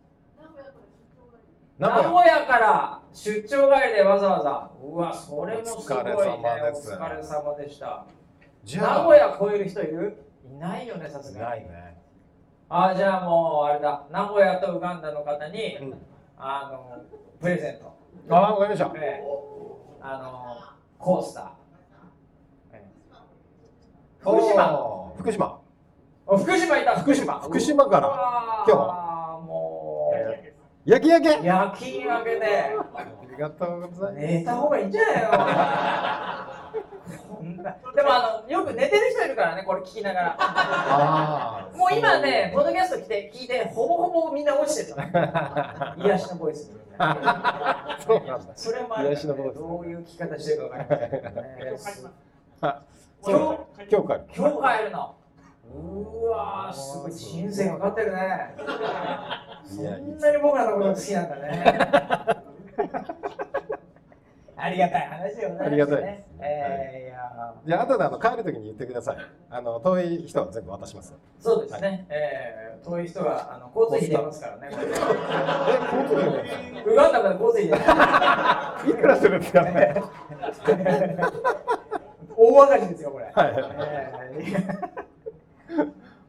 [SPEAKER 1] 名
[SPEAKER 2] 古
[SPEAKER 1] 古
[SPEAKER 2] 屋
[SPEAKER 1] 屋から出張帰りでわざわざ。うわ、それもすごいね。
[SPEAKER 2] お疲れ様です
[SPEAKER 1] お疲れ様でした。
[SPEAKER 2] じ
[SPEAKER 1] 名
[SPEAKER 2] ゃあ
[SPEAKER 1] 古屋超える人いるいないよね、さすがに。
[SPEAKER 2] ないね
[SPEAKER 1] あじゃあもうあれだ名古屋とウガンダの方に、
[SPEAKER 2] うん
[SPEAKER 1] あのプレゼント、
[SPEAKER 2] ああわかりました
[SPEAKER 1] ええあのコースター、ええ福島
[SPEAKER 2] おー福島
[SPEAKER 1] お福島いた福島
[SPEAKER 2] 福島から
[SPEAKER 1] 今
[SPEAKER 2] 今日
[SPEAKER 1] はも
[SPEAKER 2] 焼き焼
[SPEAKER 1] う
[SPEAKER 2] け
[SPEAKER 1] 夜勤明けで
[SPEAKER 2] ありがとうございます
[SPEAKER 1] 寝た方がいいんじゃ ないよこんなでもあのよく寝てる人いるからねこれ聞きながら
[SPEAKER 2] あー
[SPEAKER 1] もう今ねポッドキャスト来て聞いてほぼほぼみんな落ちてた 癒しのボイスみんな
[SPEAKER 2] そうなんだ
[SPEAKER 1] それもある
[SPEAKER 2] 癒しの
[SPEAKER 1] からね
[SPEAKER 2] 方ですね
[SPEAKER 1] どういう聞き方してるか分か りませんけどね。
[SPEAKER 2] そうなんだ今日から
[SPEAKER 1] 今日帰るの。うわー、すごい人生かかってるね。そ
[SPEAKER 2] いやい
[SPEAKER 1] んなに僕らのこと好きなんだ ね。ありがたい話よね。
[SPEAKER 2] ありがたいです
[SPEAKER 1] えーいや
[SPEAKER 2] じゃあ後であの帰る時に言ってくださいあの遠い人は全部渡します
[SPEAKER 1] ーそうですね。えー遠い人があの交通費出ますからね。
[SPEAKER 2] え交通費なんですか
[SPEAKER 1] ウガンダから交通費出ます。
[SPEAKER 2] いくらするんですかね。
[SPEAKER 1] 大赤字ですよこれ。
[SPEAKER 2] はい
[SPEAKER 1] いや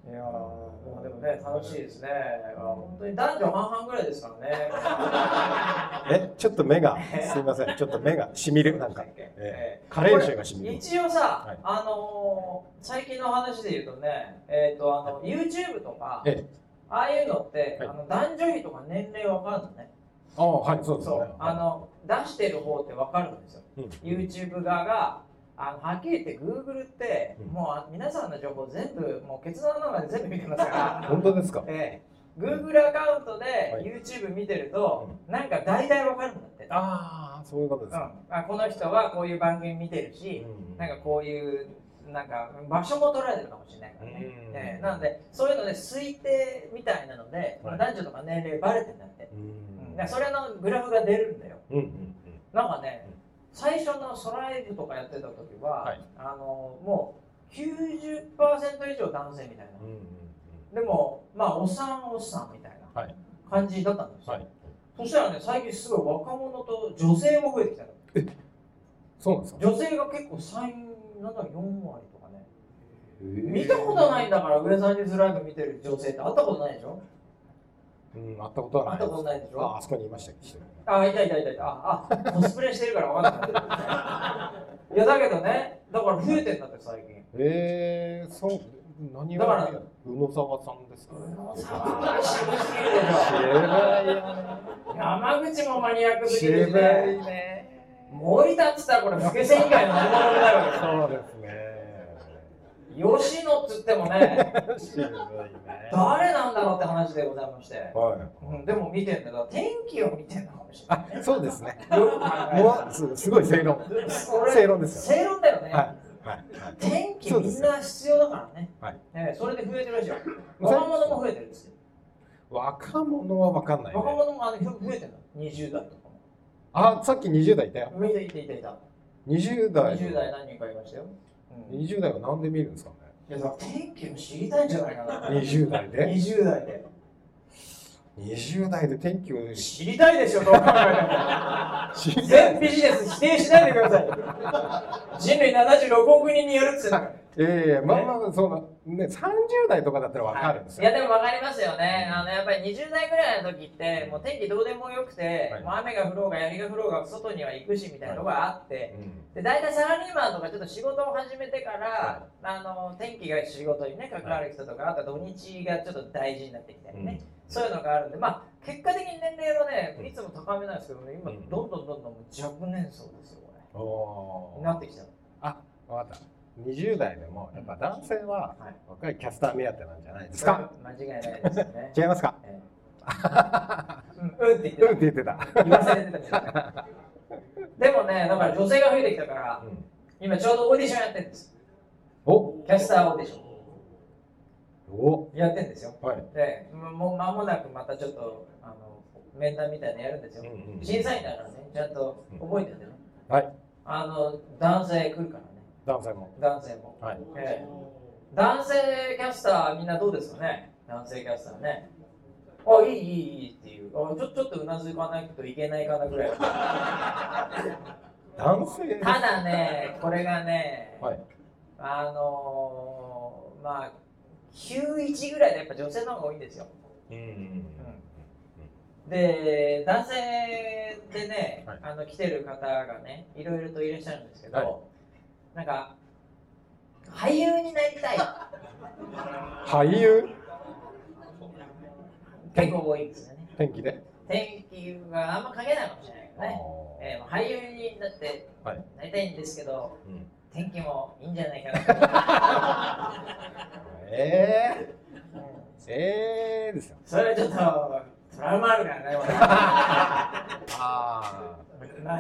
[SPEAKER 1] いやもうでもね楽しいですね。本当に男女半々ぐらいですからね。
[SPEAKER 2] え、ちょっと目が、すみません、ちょっと目がしみる、なんか。え加齢臭がしみる。
[SPEAKER 1] 一応さ、
[SPEAKER 2] はい
[SPEAKER 1] あのー最近の話で言うとね、えっ、とあの YouTube とか、
[SPEAKER 2] え
[SPEAKER 1] ああいうのって、
[SPEAKER 2] はい
[SPEAKER 1] あの男女比とか年齢わかるのね。
[SPEAKER 2] あ、はい、そうです
[SPEAKER 1] そ
[SPEAKER 2] ね
[SPEAKER 1] う。あの出してる方ってわかるんですよ。
[SPEAKER 2] うん、
[SPEAKER 1] YouTube 側があのはっきり言って Google って、
[SPEAKER 2] うん
[SPEAKER 1] もうあ皆さんの情報全部もう決断の中で全部見てますから。
[SPEAKER 2] 本当ですか。
[SPEAKER 1] ええ、Google アカウント
[SPEAKER 2] は
[SPEAKER 1] で
[SPEAKER 2] い
[SPEAKER 1] YouTube 見てると、なんか大体わかるんだって、
[SPEAKER 2] ああ、そういうこと
[SPEAKER 1] う
[SPEAKER 2] で
[SPEAKER 1] ん
[SPEAKER 2] すか。
[SPEAKER 1] あこの人はこういう番組見てるし、なんかこういうなんか場所も取られてるかもしれないからね、
[SPEAKER 2] うん
[SPEAKER 1] ええなのでそういうので推定みたいなので、
[SPEAKER 2] はい
[SPEAKER 1] 男女とか年齢バレてんだって、
[SPEAKER 2] う
[SPEAKER 1] うん
[SPEAKER 2] ん。
[SPEAKER 1] だからそれのグラフが出るんだよ
[SPEAKER 2] うん、うん、
[SPEAKER 1] なんかね
[SPEAKER 2] うん
[SPEAKER 1] 最初のソライブとかやってた時は、
[SPEAKER 2] はい
[SPEAKER 1] あのもう90%以上男性みたいな、
[SPEAKER 2] うん、うん、
[SPEAKER 1] でもまあおっさんおっさんみたいな
[SPEAKER 2] はい
[SPEAKER 1] 感じだったんですよ、
[SPEAKER 2] はい。
[SPEAKER 1] そしたらね最近すごい若者と女性も増えてきたの
[SPEAKER 2] そうなんですか
[SPEAKER 1] 女性が結構社員なんだ4割とかね見たことないんだからウェザーニュースライブ見てる女性って会ったことないでしょ
[SPEAKER 2] うん、会ったことはない。
[SPEAKER 1] 会ったことないでしょ
[SPEAKER 2] あ、あそこにいましたっけ、一人
[SPEAKER 1] あいたいたいたいたああコスプレしてるから分かん ないいやだけどねだから増えてんだって最近
[SPEAKER 2] えー、そう、何
[SPEAKER 1] だから
[SPEAKER 2] が、宇野沢さんですか
[SPEAKER 1] 宇野さんは渋すぎるでしょ山口もマニアックすぎるしね森田っつったらこれ武家線以外の何者になるわけですよ
[SPEAKER 2] そうです
[SPEAKER 1] 吉野っつってもね
[SPEAKER 2] ね。渋いね。
[SPEAKER 1] 誰なんだろうって話でございま して、
[SPEAKER 2] は
[SPEAKER 1] うん、でも見てんだから天気を見てんのかもしれない
[SPEAKER 2] い。そうですね。
[SPEAKER 1] よく考えた
[SPEAKER 2] もうすすごい正論。
[SPEAKER 1] 俺
[SPEAKER 2] 正論ですよ。
[SPEAKER 1] 正論だよね、
[SPEAKER 2] はい。はい。はい
[SPEAKER 1] 天気
[SPEAKER 2] そうで
[SPEAKER 1] みん
[SPEAKER 2] すよ
[SPEAKER 1] な必要だからね
[SPEAKER 2] はい
[SPEAKER 1] ええそれで増えてるらしいよ若者も増えてるんですよ
[SPEAKER 2] 若者は分かんない、ね。
[SPEAKER 1] 若者もあの増えてるの20代とかも
[SPEAKER 2] あ、さっき20代いたよ。
[SPEAKER 1] 見ていていていた
[SPEAKER 2] 20代。
[SPEAKER 1] 20代何人かいましたよ、うん、い
[SPEAKER 2] 20代は何で見るんですかね。
[SPEAKER 1] やだから天気を知りたいんじゃないかな
[SPEAKER 2] 20代で
[SPEAKER 1] 20代で
[SPEAKER 2] 20代で天気を
[SPEAKER 1] 知りたいでしょどう考えても全ビジネス否定しないでください人類76億人にやるっつってんだから
[SPEAKER 2] ええまあまあそのね30代とかだったら分かるんです
[SPEAKER 1] い
[SPEAKER 2] よ、
[SPEAKER 1] やでも分かりますよね、あのやっぱり20代ぐらいの時って、もう天気どうでもよくて、
[SPEAKER 2] はい
[SPEAKER 1] もう雨が降ろうが槍が降ろうが外には行くしみたいなのがあって、
[SPEAKER 2] うん
[SPEAKER 1] で大体サラリーマンとかちょっと仕事を始めてから、
[SPEAKER 2] は
[SPEAKER 1] あの天気が仕事にね関わる人とか、あと土日がちょっと大事になってきたりね、そういうのがあるんでまあ結果的に年齢は
[SPEAKER 2] うん
[SPEAKER 1] ねいつも高めなんですけどね今
[SPEAKER 2] うん
[SPEAKER 1] どんどんどんどんもう若年層ですよこれ
[SPEAKER 2] うん、おー
[SPEAKER 1] なってきたの
[SPEAKER 2] あ分かった20代でもやっぱ男性は
[SPEAKER 1] はい
[SPEAKER 2] 若いキャスター目当てなんじゃないですか、
[SPEAKER 1] 間違いないですよ ね
[SPEAKER 2] 違いますか
[SPEAKER 1] ええうんうんって
[SPEAKER 2] うん
[SPEAKER 1] 言
[SPEAKER 2] っ
[SPEAKER 1] って
[SPEAKER 2] 言ってた、
[SPEAKER 1] た言わされてたみたいなでもねだから女性が増えてきたから
[SPEAKER 2] うん、
[SPEAKER 1] 今ちょうどオーディションやってるんです
[SPEAKER 2] お
[SPEAKER 1] キャスターオーディショ
[SPEAKER 2] お
[SPEAKER 1] ンやってるんですよ
[SPEAKER 2] はい、
[SPEAKER 1] で、もうもう間もなくまたちょっとあの面談みたいなのやるんですよ
[SPEAKER 2] う。んうん、
[SPEAKER 1] 審査員だからね、ちゃんと覚えてるんだよね。
[SPEAKER 2] はい
[SPEAKER 1] あの男性来るからね、
[SPEAKER 2] 男性も
[SPEAKER 1] 男性も。
[SPEAKER 2] はい
[SPEAKER 1] ええ男性キャスター、みんなどうですかね、男性キャスターね。あ、いい、いい、いいっていう。あちょちょっとうなずかないといけないかなぐら い。
[SPEAKER 2] 男性です
[SPEAKER 1] ただね、これがね、
[SPEAKER 2] はい
[SPEAKER 1] あのーまあ、91ぐらいでやっぱ女性の方が多いんですよ。
[SPEAKER 2] うん
[SPEAKER 1] で男性でね、
[SPEAKER 2] はい
[SPEAKER 1] あの来てる方がねいろいろといらっしゃるんですけど、
[SPEAKER 2] はい
[SPEAKER 1] なんか俳優になりたい
[SPEAKER 2] 俳優
[SPEAKER 1] 結構多いんですよね
[SPEAKER 2] 天気で、
[SPEAKER 1] 天気があんま関係ないかもしれないけど
[SPEAKER 2] あ
[SPEAKER 1] ね、えーまあ俳優になって
[SPEAKER 2] はい
[SPEAKER 1] なりたいんですけど、
[SPEAKER 2] ーうん
[SPEAKER 1] 天気もいいんじゃないかな
[SPEAKER 2] え
[SPEAKER 1] うん
[SPEAKER 2] ー、えーですよ
[SPEAKER 1] それはちょっとトラウマあるから
[SPEAKER 2] あ
[SPEAKER 1] ね俺まあ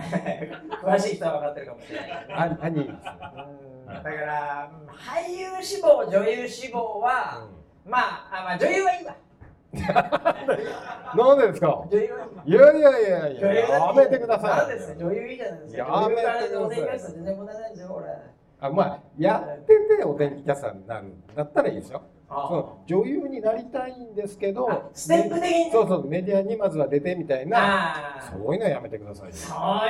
[SPEAKER 1] 詳しい人は分かってるかもしれないけど
[SPEAKER 2] あ兄ですね、
[SPEAKER 1] うんだから俳優志望女優志望は、まあ、あまあ女優はいいわ。
[SPEAKER 2] なんでですか
[SPEAKER 1] 女優はいいわ。
[SPEAKER 2] いやいやいやい
[SPEAKER 1] 女優
[SPEAKER 2] や
[SPEAKER 1] は
[SPEAKER 2] やめてくださ
[SPEAKER 1] なん
[SPEAKER 2] い
[SPEAKER 1] です女優いいじゃないですか。
[SPEAKER 2] やめてください
[SPEAKER 1] 女優からお願いしたら全然問題ないですよ、俺。
[SPEAKER 2] あまあやっててお天気キャスターになるんだったらいいですよその女優になりたいんですけ
[SPEAKER 1] あ
[SPEAKER 2] ど
[SPEAKER 1] ステップ的に。
[SPEAKER 2] そうそうメディアにまずは出てみたい
[SPEAKER 1] あ
[SPEAKER 2] な
[SPEAKER 1] あ。
[SPEAKER 2] そういうのはやめてくださいよ
[SPEAKER 1] そういうのが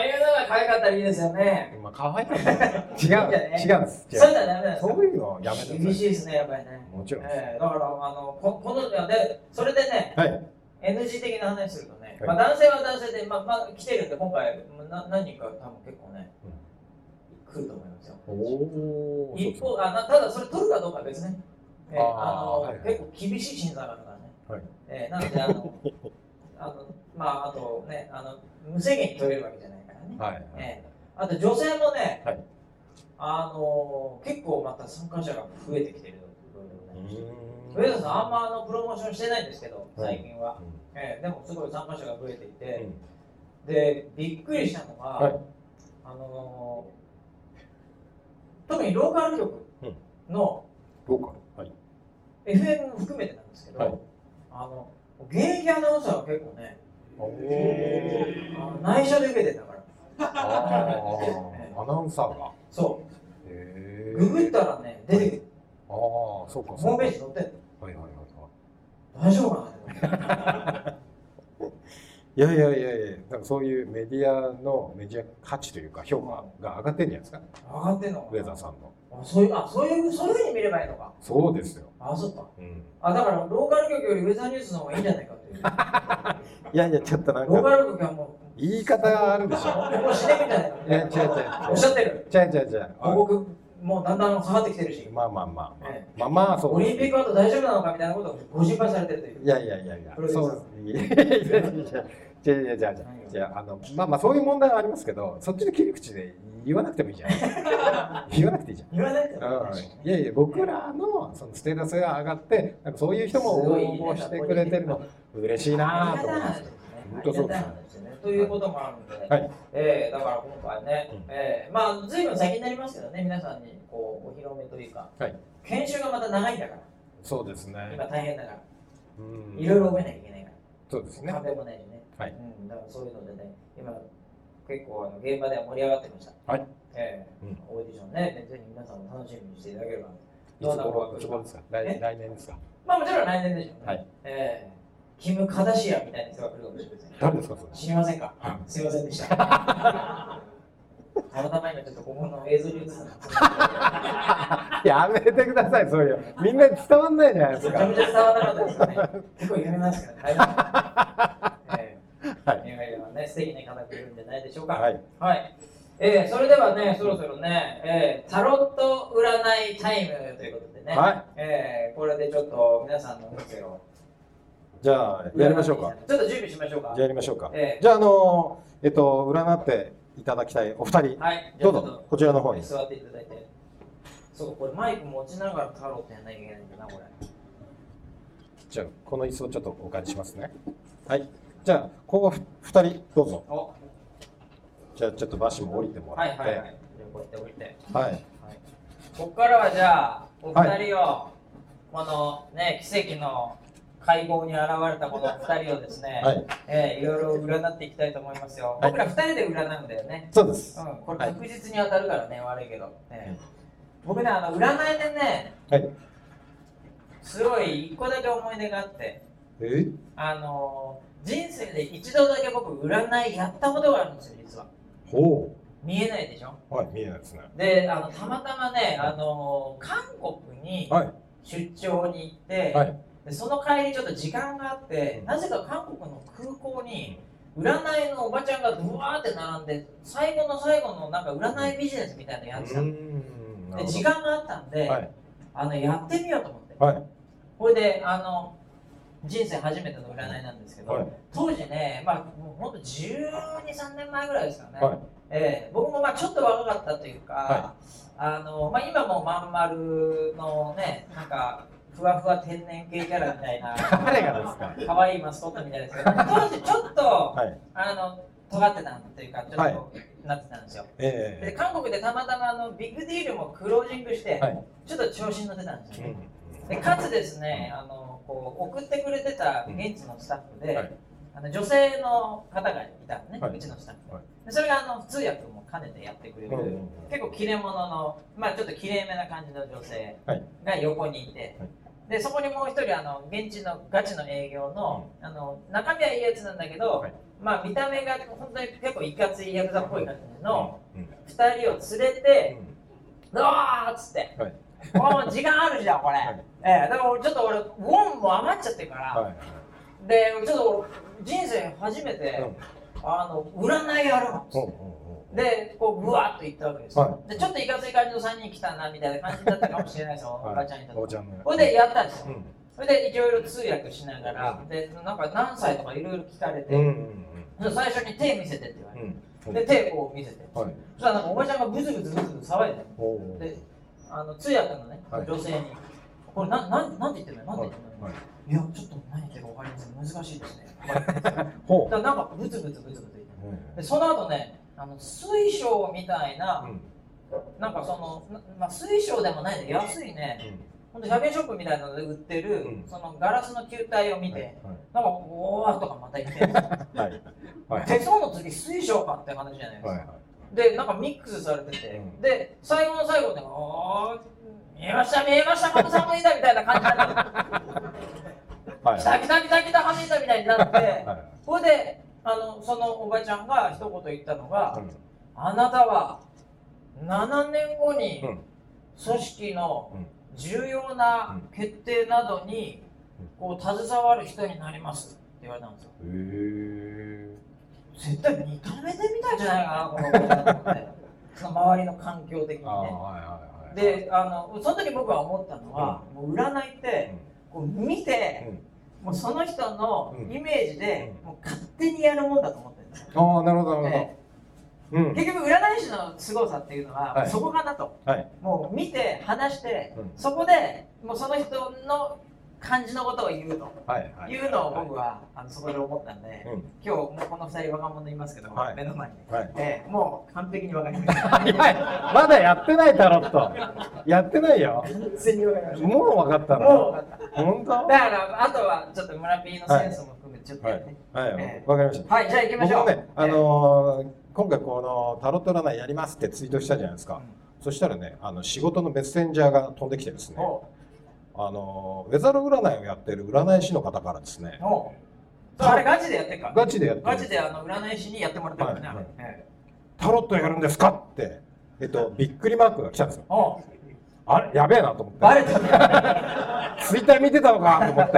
[SPEAKER 1] 可愛かったらいいですよね。
[SPEAKER 2] まあ可愛いから違う違うんです違
[SPEAKER 1] そういう
[SPEAKER 2] う
[SPEAKER 1] のはダメなんです
[SPEAKER 2] そういうのはやめてくだ
[SPEAKER 1] 厳し
[SPEAKER 2] さ
[SPEAKER 1] いですね、やっぱりね
[SPEAKER 2] い。もちろんです
[SPEAKER 1] ええだから、あの、ここの、で、それでね、
[SPEAKER 2] はい、
[SPEAKER 1] NG 的な話するとね、
[SPEAKER 2] はい
[SPEAKER 1] まあ、男性は男性で、まあ、まあ、来てるんで、今回、な何人か多分結構ね、来ると思いますよ。
[SPEAKER 2] おおー
[SPEAKER 1] 一方あなただそれ取るかどうかは別ね、えー
[SPEAKER 2] あー
[SPEAKER 1] あの
[SPEAKER 2] はいはい
[SPEAKER 1] 結構厳しい審査があるからね、
[SPEAKER 2] はい
[SPEAKER 1] えーなのであのあのまああとねあの無制限に取れるわけじゃないからね、
[SPEAKER 2] はいはい、
[SPEAKER 1] えーあと女性もね、
[SPEAKER 2] はい
[SPEAKER 1] あの結構また参加者が増えてきてる
[SPEAKER 2] うーん
[SPEAKER 1] 上田さんあんまあのプロモーションしてないんですけど最近は、
[SPEAKER 2] うん
[SPEAKER 1] えーでもすごい参加者が増えていて、
[SPEAKER 2] うん
[SPEAKER 1] でびっくりしたのが、
[SPEAKER 2] はい
[SPEAKER 1] あのー特にローカル局の
[SPEAKER 2] どうかはい。
[SPEAKER 1] FM も含めてなんですけど、
[SPEAKER 2] はい
[SPEAKER 1] あの現役アナウンサーは結構ね
[SPEAKER 2] お
[SPEAKER 1] あの内緒で受けてたから
[SPEAKER 2] アナウンサーが。
[SPEAKER 1] そ
[SPEAKER 2] へ
[SPEAKER 1] うグ
[SPEAKER 2] ー
[SPEAKER 1] グったらね出てくる
[SPEAKER 2] ああ、そうか。
[SPEAKER 1] ホー
[SPEAKER 2] そう
[SPEAKER 1] ム
[SPEAKER 2] か
[SPEAKER 1] ページ載ってんの
[SPEAKER 2] はいはいはいは
[SPEAKER 1] 大丈夫かなと思って
[SPEAKER 2] い。いやいやいやいや、なんかそういうメディアのメディア価値というか、評価が上がってんじゃないですか、
[SPEAKER 1] 上がってんの
[SPEAKER 2] ウェザーさんの。
[SPEAKER 1] あそういう、あ、そういう、そういうふうに見ればいいのか。
[SPEAKER 2] そうですよ。
[SPEAKER 1] あ、そっか。
[SPEAKER 2] うん、
[SPEAKER 1] あ、だから、ローカル局よりウェザーニュースの方がいいんじゃないかっていう。
[SPEAKER 2] いやいや、ちょっとなん
[SPEAKER 1] ローカ
[SPEAKER 2] か、
[SPEAKER 1] ル局はもう、
[SPEAKER 2] 言い方があるでしょ。
[SPEAKER 1] ここしてみたい
[SPEAKER 2] いや、違う違う
[SPEAKER 1] な。おっしゃってる。
[SPEAKER 2] 違う。違う違う違う。
[SPEAKER 1] 広告、もうだんだん下がってきてるし、
[SPEAKER 2] まあまあまあまあ
[SPEAKER 1] え。
[SPEAKER 2] まあまあ、そう
[SPEAKER 1] オ
[SPEAKER 2] で
[SPEAKER 1] リン
[SPEAKER 2] す
[SPEAKER 1] ピックあと大丈夫なのかみたいなことをご心配されてるという。
[SPEAKER 2] いやいやいやいや
[SPEAKER 1] プロ、デュ
[SPEAKER 2] そ
[SPEAKER 1] ーサ
[SPEAKER 2] うです。いやいやいやいやいやいやいやいやいやあの、まあまあ、そういう問題はありますけど、そっちの切り口で言わなくてもい いじゃん。言わなくていいじゃん。
[SPEAKER 1] 言わないけどね、
[SPEAKER 2] うんいやいや、僕らのそのステータスが上がって、なんかそういう人
[SPEAKER 1] す
[SPEAKER 2] も
[SPEAKER 1] ごいね
[SPEAKER 2] 応募してくれてるの、嬉しいなぁと思います。本当そうですね
[SPEAKER 1] すね。ということもあるので、
[SPEAKER 2] はい
[SPEAKER 1] えーだから今回ね、
[SPEAKER 2] うん
[SPEAKER 1] えーまあ随分先になりますけどね、皆さんにこうお披露目というか、
[SPEAKER 2] はい
[SPEAKER 1] 研修がまた長いんだから、
[SPEAKER 2] そうですね
[SPEAKER 1] 今。大変だから、
[SPEAKER 2] うん
[SPEAKER 1] いろいろ覚えなきゃいけないから、
[SPEAKER 2] そうですね。
[SPEAKER 1] カフェもないよね、
[SPEAKER 2] はい
[SPEAKER 1] うん。だからそういうのでね、今結構あの現場では盛り上がってました。
[SPEAKER 2] はい
[SPEAKER 1] えー
[SPEAKER 2] うん
[SPEAKER 1] オーディションね、ぜひ皆さんも楽しみにしていただければ。
[SPEAKER 2] いつ頃、いつ頃ですか
[SPEAKER 1] え
[SPEAKER 2] 来来年ですか
[SPEAKER 1] まあもちろん来年でしょうね。
[SPEAKER 2] はい
[SPEAKER 1] えーキム・カダシアンみたいな人が来るかもしれません。
[SPEAKER 2] 誰ですかそれ
[SPEAKER 1] 知りませんか
[SPEAKER 2] は
[SPEAKER 1] すいませんでした。たまたま今ちょっとここの映像に映ってたんですけど
[SPEAKER 2] やめてください、そういう。みんなに伝わんないじゃないです
[SPEAKER 1] めちゃ
[SPEAKER 2] か
[SPEAKER 1] め。ちゃ伝わらなかったですよね。結構有名なんですからね。はい。
[SPEAKER 2] はい
[SPEAKER 1] いやいやね、素敵な方がいるんじゃないでしょうか。
[SPEAKER 2] はい。
[SPEAKER 1] はい。えーそれではね、そろそろね、えータロット占いタイムということでね、
[SPEAKER 2] はい
[SPEAKER 1] えーこれでちょっと皆さんの運勢を
[SPEAKER 2] じゃあ、やりましょうか。。
[SPEAKER 1] ちょっと準備しましょうか
[SPEAKER 2] じゃあ。やりましょうか。
[SPEAKER 1] ええ
[SPEAKER 2] じゃあ、あのー、えっと、占っていただきたいお二人、
[SPEAKER 1] はい。じゃあち
[SPEAKER 2] どう
[SPEAKER 1] ょっ
[SPEAKER 2] ぞ
[SPEAKER 1] と、
[SPEAKER 2] こちらの方に。
[SPEAKER 1] 座っていただいて。そう、これマイク持ちながらタロットやんなきゃいけないんだな、これ。
[SPEAKER 2] じゃあ、この椅子をちょっとお借りしますね。はい。じゃあ、ここふ二人、どうぞ。
[SPEAKER 1] お、
[SPEAKER 2] じゃあ、ちょっとバシも降りても
[SPEAKER 1] は
[SPEAKER 2] ら
[SPEAKER 1] い
[SPEAKER 2] って。
[SPEAKER 1] はいはい。じゃあこうやって置いて。
[SPEAKER 2] はい。
[SPEAKER 1] はい。こっからはじゃあ、お二人を、このね、奇跡の会合に現れたこの二人をですね、
[SPEAKER 2] はい
[SPEAKER 1] えーいろいろ占っていきたいと思いますよ。
[SPEAKER 2] はい
[SPEAKER 1] 僕ら二人で占うんだよね。
[SPEAKER 2] そうです
[SPEAKER 1] う。ん、これ確実に当たるからね、悪いけど。ね僕ね、あの占いでね、
[SPEAKER 2] はい。
[SPEAKER 1] すごい一個だけ思い出があって。
[SPEAKER 2] え
[SPEAKER 1] あのー人生で一度だけ僕占いやったことがあるんですよ実は
[SPEAKER 2] ほ
[SPEAKER 1] 見えないでしょ
[SPEAKER 2] う。はい、見えないですね。
[SPEAKER 1] であのたまたまね、あのー韓国に
[SPEAKER 2] は
[SPEAKER 1] 出張に行って、
[SPEAKER 2] い。はい。
[SPEAKER 1] でその帰りちょっと時間があって、
[SPEAKER 2] うん
[SPEAKER 1] なぜか韓国の空港に占いのおばちゃんがドワーって並んで最後の最後のなんか占いビジネスみたいなのやってた
[SPEAKER 2] うー
[SPEAKER 1] の、
[SPEAKER 2] ん。なる
[SPEAKER 1] で
[SPEAKER 2] ほ
[SPEAKER 1] 時
[SPEAKER 2] ど
[SPEAKER 1] 間があったんで、
[SPEAKER 2] はい。
[SPEAKER 1] あのやってみようと思って
[SPEAKER 2] はい。
[SPEAKER 1] これであの人生初めての占いなんですけど、
[SPEAKER 2] はい。
[SPEAKER 1] 当時ね、まあ、もうほんと12、3年前ぐらいですかね、
[SPEAKER 2] はい
[SPEAKER 1] ええ僕もまあちょっと若かったというか、
[SPEAKER 2] は
[SPEAKER 1] あのまあ、今もまん丸のね、なんかふわふわ天然系キャラみたい な、
[SPEAKER 2] 誰がですか
[SPEAKER 1] 可愛いマスコットみたいですけど、当時ちょっと、
[SPEAKER 2] はい。
[SPEAKER 1] あの尖ってたというか、ちょっと、
[SPEAKER 2] はい
[SPEAKER 1] なってたんですよ。で
[SPEAKER 2] え
[SPEAKER 1] 韓国でたまたまあのビッグディールもクロージングし
[SPEAKER 2] え
[SPEAKER 1] て、
[SPEAKER 2] はい。
[SPEAKER 1] ちょっと調子に乗ってたんです
[SPEAKER 2] う
[SPEAKER 1] よ
[SPEAKER 2] ん
[SPEAKER 1] ね。でかつですねあのこう送ってくれてた現地のスタッフで、
[SPEAKER 2] はい
[SPEAKER 1] あの女性の方がいたのね、
[SPEAKER 2] はいう
[SPEAKER 1] ちのスタッフ、
[SPEAKER 2] はい
[SPEAKER 1] でそれがあの通訳も兼ねてやってくれる、
[SPEAKER 2] うんうん
[SPEAKER 1] 結構切れ者の、まあ、ちょっときれいめな感じの女性
[SPEAKER 2] はい
[SPEAKER 1] が横にいて、
[SPEAKER 2] はい
[SPEAKER 1] でそこにもう一人あの現地のガチの営業の,、あの中身はいいやつなんだけど、
[SPEAKER 2] はい
[SPEAKER 1] まあ、見た目が本当に結構いかついヤクザっぽい感じの
[SPEAKER 2] うんうん
[SPEAKER 1] 2人を連れて、
[SPEAKER 2] うん
[SPEAKER 1] うわーっつって、
[SPEAKER 2] はい
[SPEAKER 1] おー時間あるじゃんこれ、
[SPEAKER 2] はい
[SPEAKER 1] ええだから俺ちょっと俺ウォンも余っちゃってるから、
[SPEAKER 2] はい。
[SPEAKER 1] でちょっと俺人生初めて、
[SPEAKER 2] うん
[SPEAKER 1] あの占いやるの、
[SPEAKER 2] うんうんうん
[SPEAKER 1] でこうぶわっと行ったわけですよ、
[SPEAKER 2] は
[SPEAKER 1] でちょっといかつい感じの3人来たなみたいな感じだったかもしれないですよ、
[SPEAKER 2] はい
[SPEAKER 1] おばちゃんにと
[SPEAKER 2] お
[SPEAKER 1] って
[SPEAKER 2] ちゃんの。
[SPEAKER 1] それでやったんですよ、
[SPEAKER 2] うん。
[SPEAKER 1] それでいろいろ通訳しながら、でなんか何歳とかいろいろ聞かれて、
[SPEAKER 2] うんうん
[SPEAKER 1] で最初に手見せてって言われ
[SPEAKER 2] う
[SPEAKER 1] て、
[SPEAKER 2] んうん。
[SPEAKER 1] で手こう見せて
[SPEAKER 2] はい。
[SPEAKER 1] そしたらなんかおばちゃんがブツブツブツブツ騒いでる
[SPEAKER 2] おお。
[SPEAKER 1] であの通訳のね、
[SPEAKER 2] はい
[SPEAKER 1] 女性に、これな、なんなんて言ってるのなんて言
[SPEAKER 2] はい
[SPEAKER 1] ってるの、
[SPEAKER 2] はい
[SPEAKER 1] い、や、ちょっと何言ってるか分かりません、難しいですね。
[SPEAKER 2] ほ
[SPEAKER 1] だからなんかブツブツブツブツ言って
[SPEAKER 2] う。うん
[SPEAKER 1] でその後ね、あの水晶みたいな、
[SPEAKER 2] うん
[SPEAKER 1] なんかその、なまあ、水晶でもないんだけど安いね、ほんと100円ショップみたいなので売ってる、
[SPEAKER 2] うん
[SPEAKER 1] そのガラスの球体を見て、なんか、おーとかまた言って、
[SPEAKER 2] はいはいはい
[SPEAKER 1] 手相の次、水晶かって話じゃないですか。
[SPEAKER 2] はい
[SPEAKER 1] で、なんかミックスされてて、
[SPEAKER 2] うん
[SPEAKER 1] で、最後の最後で、おー、見えました、見えました、また寒いだみたいな感じになって、
[SPEAKER 2] はい
[SPEAKER 1] 来た来た来た来た、寒いだみたいになって、
[SPEAKER 2] はい
[SPEAKER 1] これで、あそのおばちゃんが一言言ったのが、
[SPEAKER 2] うん
[SPEAKER 1] あなたは7年後に
[SPEAKER 2] うん
[SPEAKER 1] 組織の
[SPEAKER 2] うん
[SPEAKER 1] 重要な決定などにこう携わる人になりますって言われたんですよ。
[SPEAKER 2] へえ
[SPEAKER 1] 絶対見た目で見たんじゃないかな、この子だと思って。その周りの環境的に
[SPEAKER 2] ああ
[SPEAKER 1] ね。
[SPEAKER 2] はいはいはい
[SPEAKER 1] であのその時僕は思ったのは、もう占いってこう見て、もうその人のイメージで、
[SPEAKER 2] う
[SPEAKER 1] もう勝手にやるもんだと思ってるんですよ、
[SPEAKER 2] ああなるほどなる
[SPEAKER 1] で
[SPEAKER 2] ほどうん
[SPEAKER 1] 結局占い師の凄さっていうのは、
[SPEAKER 2] はい
[SPEAKER 1] そこかなと、
[SPEAKER 2] はい
[SPEAKER 1] もう見て話して、
[SPEAKER 2] うん
[SPEAKER 1] そこでもうその人の感じのことを言うと
[SPEAKER 2] はいはい
[SPEAKER 1] いうのを僕はあのそこで思ったんで、
[SPEAKER 2] うん
[SPEAKER 1] 今日もうこの2人若者いますけど、
[SPEAKER 2] はい
[SPEAKER 1] 目の前に、
[SPEAKER 2] はい
[SPEAKER 1] ええもう完璧に分かりました
[SPEAKER 2] 早いまだやってないタロットやってないよ
[SPEAKER 1] 完全に分かりました
[SPEAKER 2] もう分かった
[SPEAKER 1] もう分
[SPEAKER 2] の
[SPEAKER 1] かった
[SPEAKER 2] 本当
[SPEAKER 1] だから、あとはちょっと村ピーのセンスも含めて、ちょっとやって。
[SPEAKER 2] はいわ
[SPEAKER 1] ええ
[SPEAKER 2] かりました
[SPEAKER 1] はい、じゃあ行きまし
[SPEAKER 2] 僕
[SPEAKER 1] ょう。
[SPEAKER 2] もね、あのー今回このタロット占いやりますってツイートしたじゃないですか、そしたらねあの仕事のメッセンジャーが飛んできてです
[SPEAKER 1] え
[SPEAKER 2] ね
[SPEAKER 1] ー、お
[SPEAKER 2] あのーウェザー占いをやってる占い師の方からですね
[SPEAKER 1] おあれガチでやってるから。
[SPEAKER 2] ガチでやってる
[SPEAKER 1] ガチであの占い師にやってもらってるからねあれ
[SPEAKER 2] はい。
[SPEAKER 1] ええ
[SPEAKER 2] タロットやるんですかって、えっと、びっくりマークが来たんですよ
[SPEAKER 1] お
[SPEAKER 2] あれやべえなと思っ
[SPEAKER 1] バ
[SPEAKER 2] て
[SPEAKER 1] レたね。
[SPEAKER 2] ツイッター見てたのかと思っ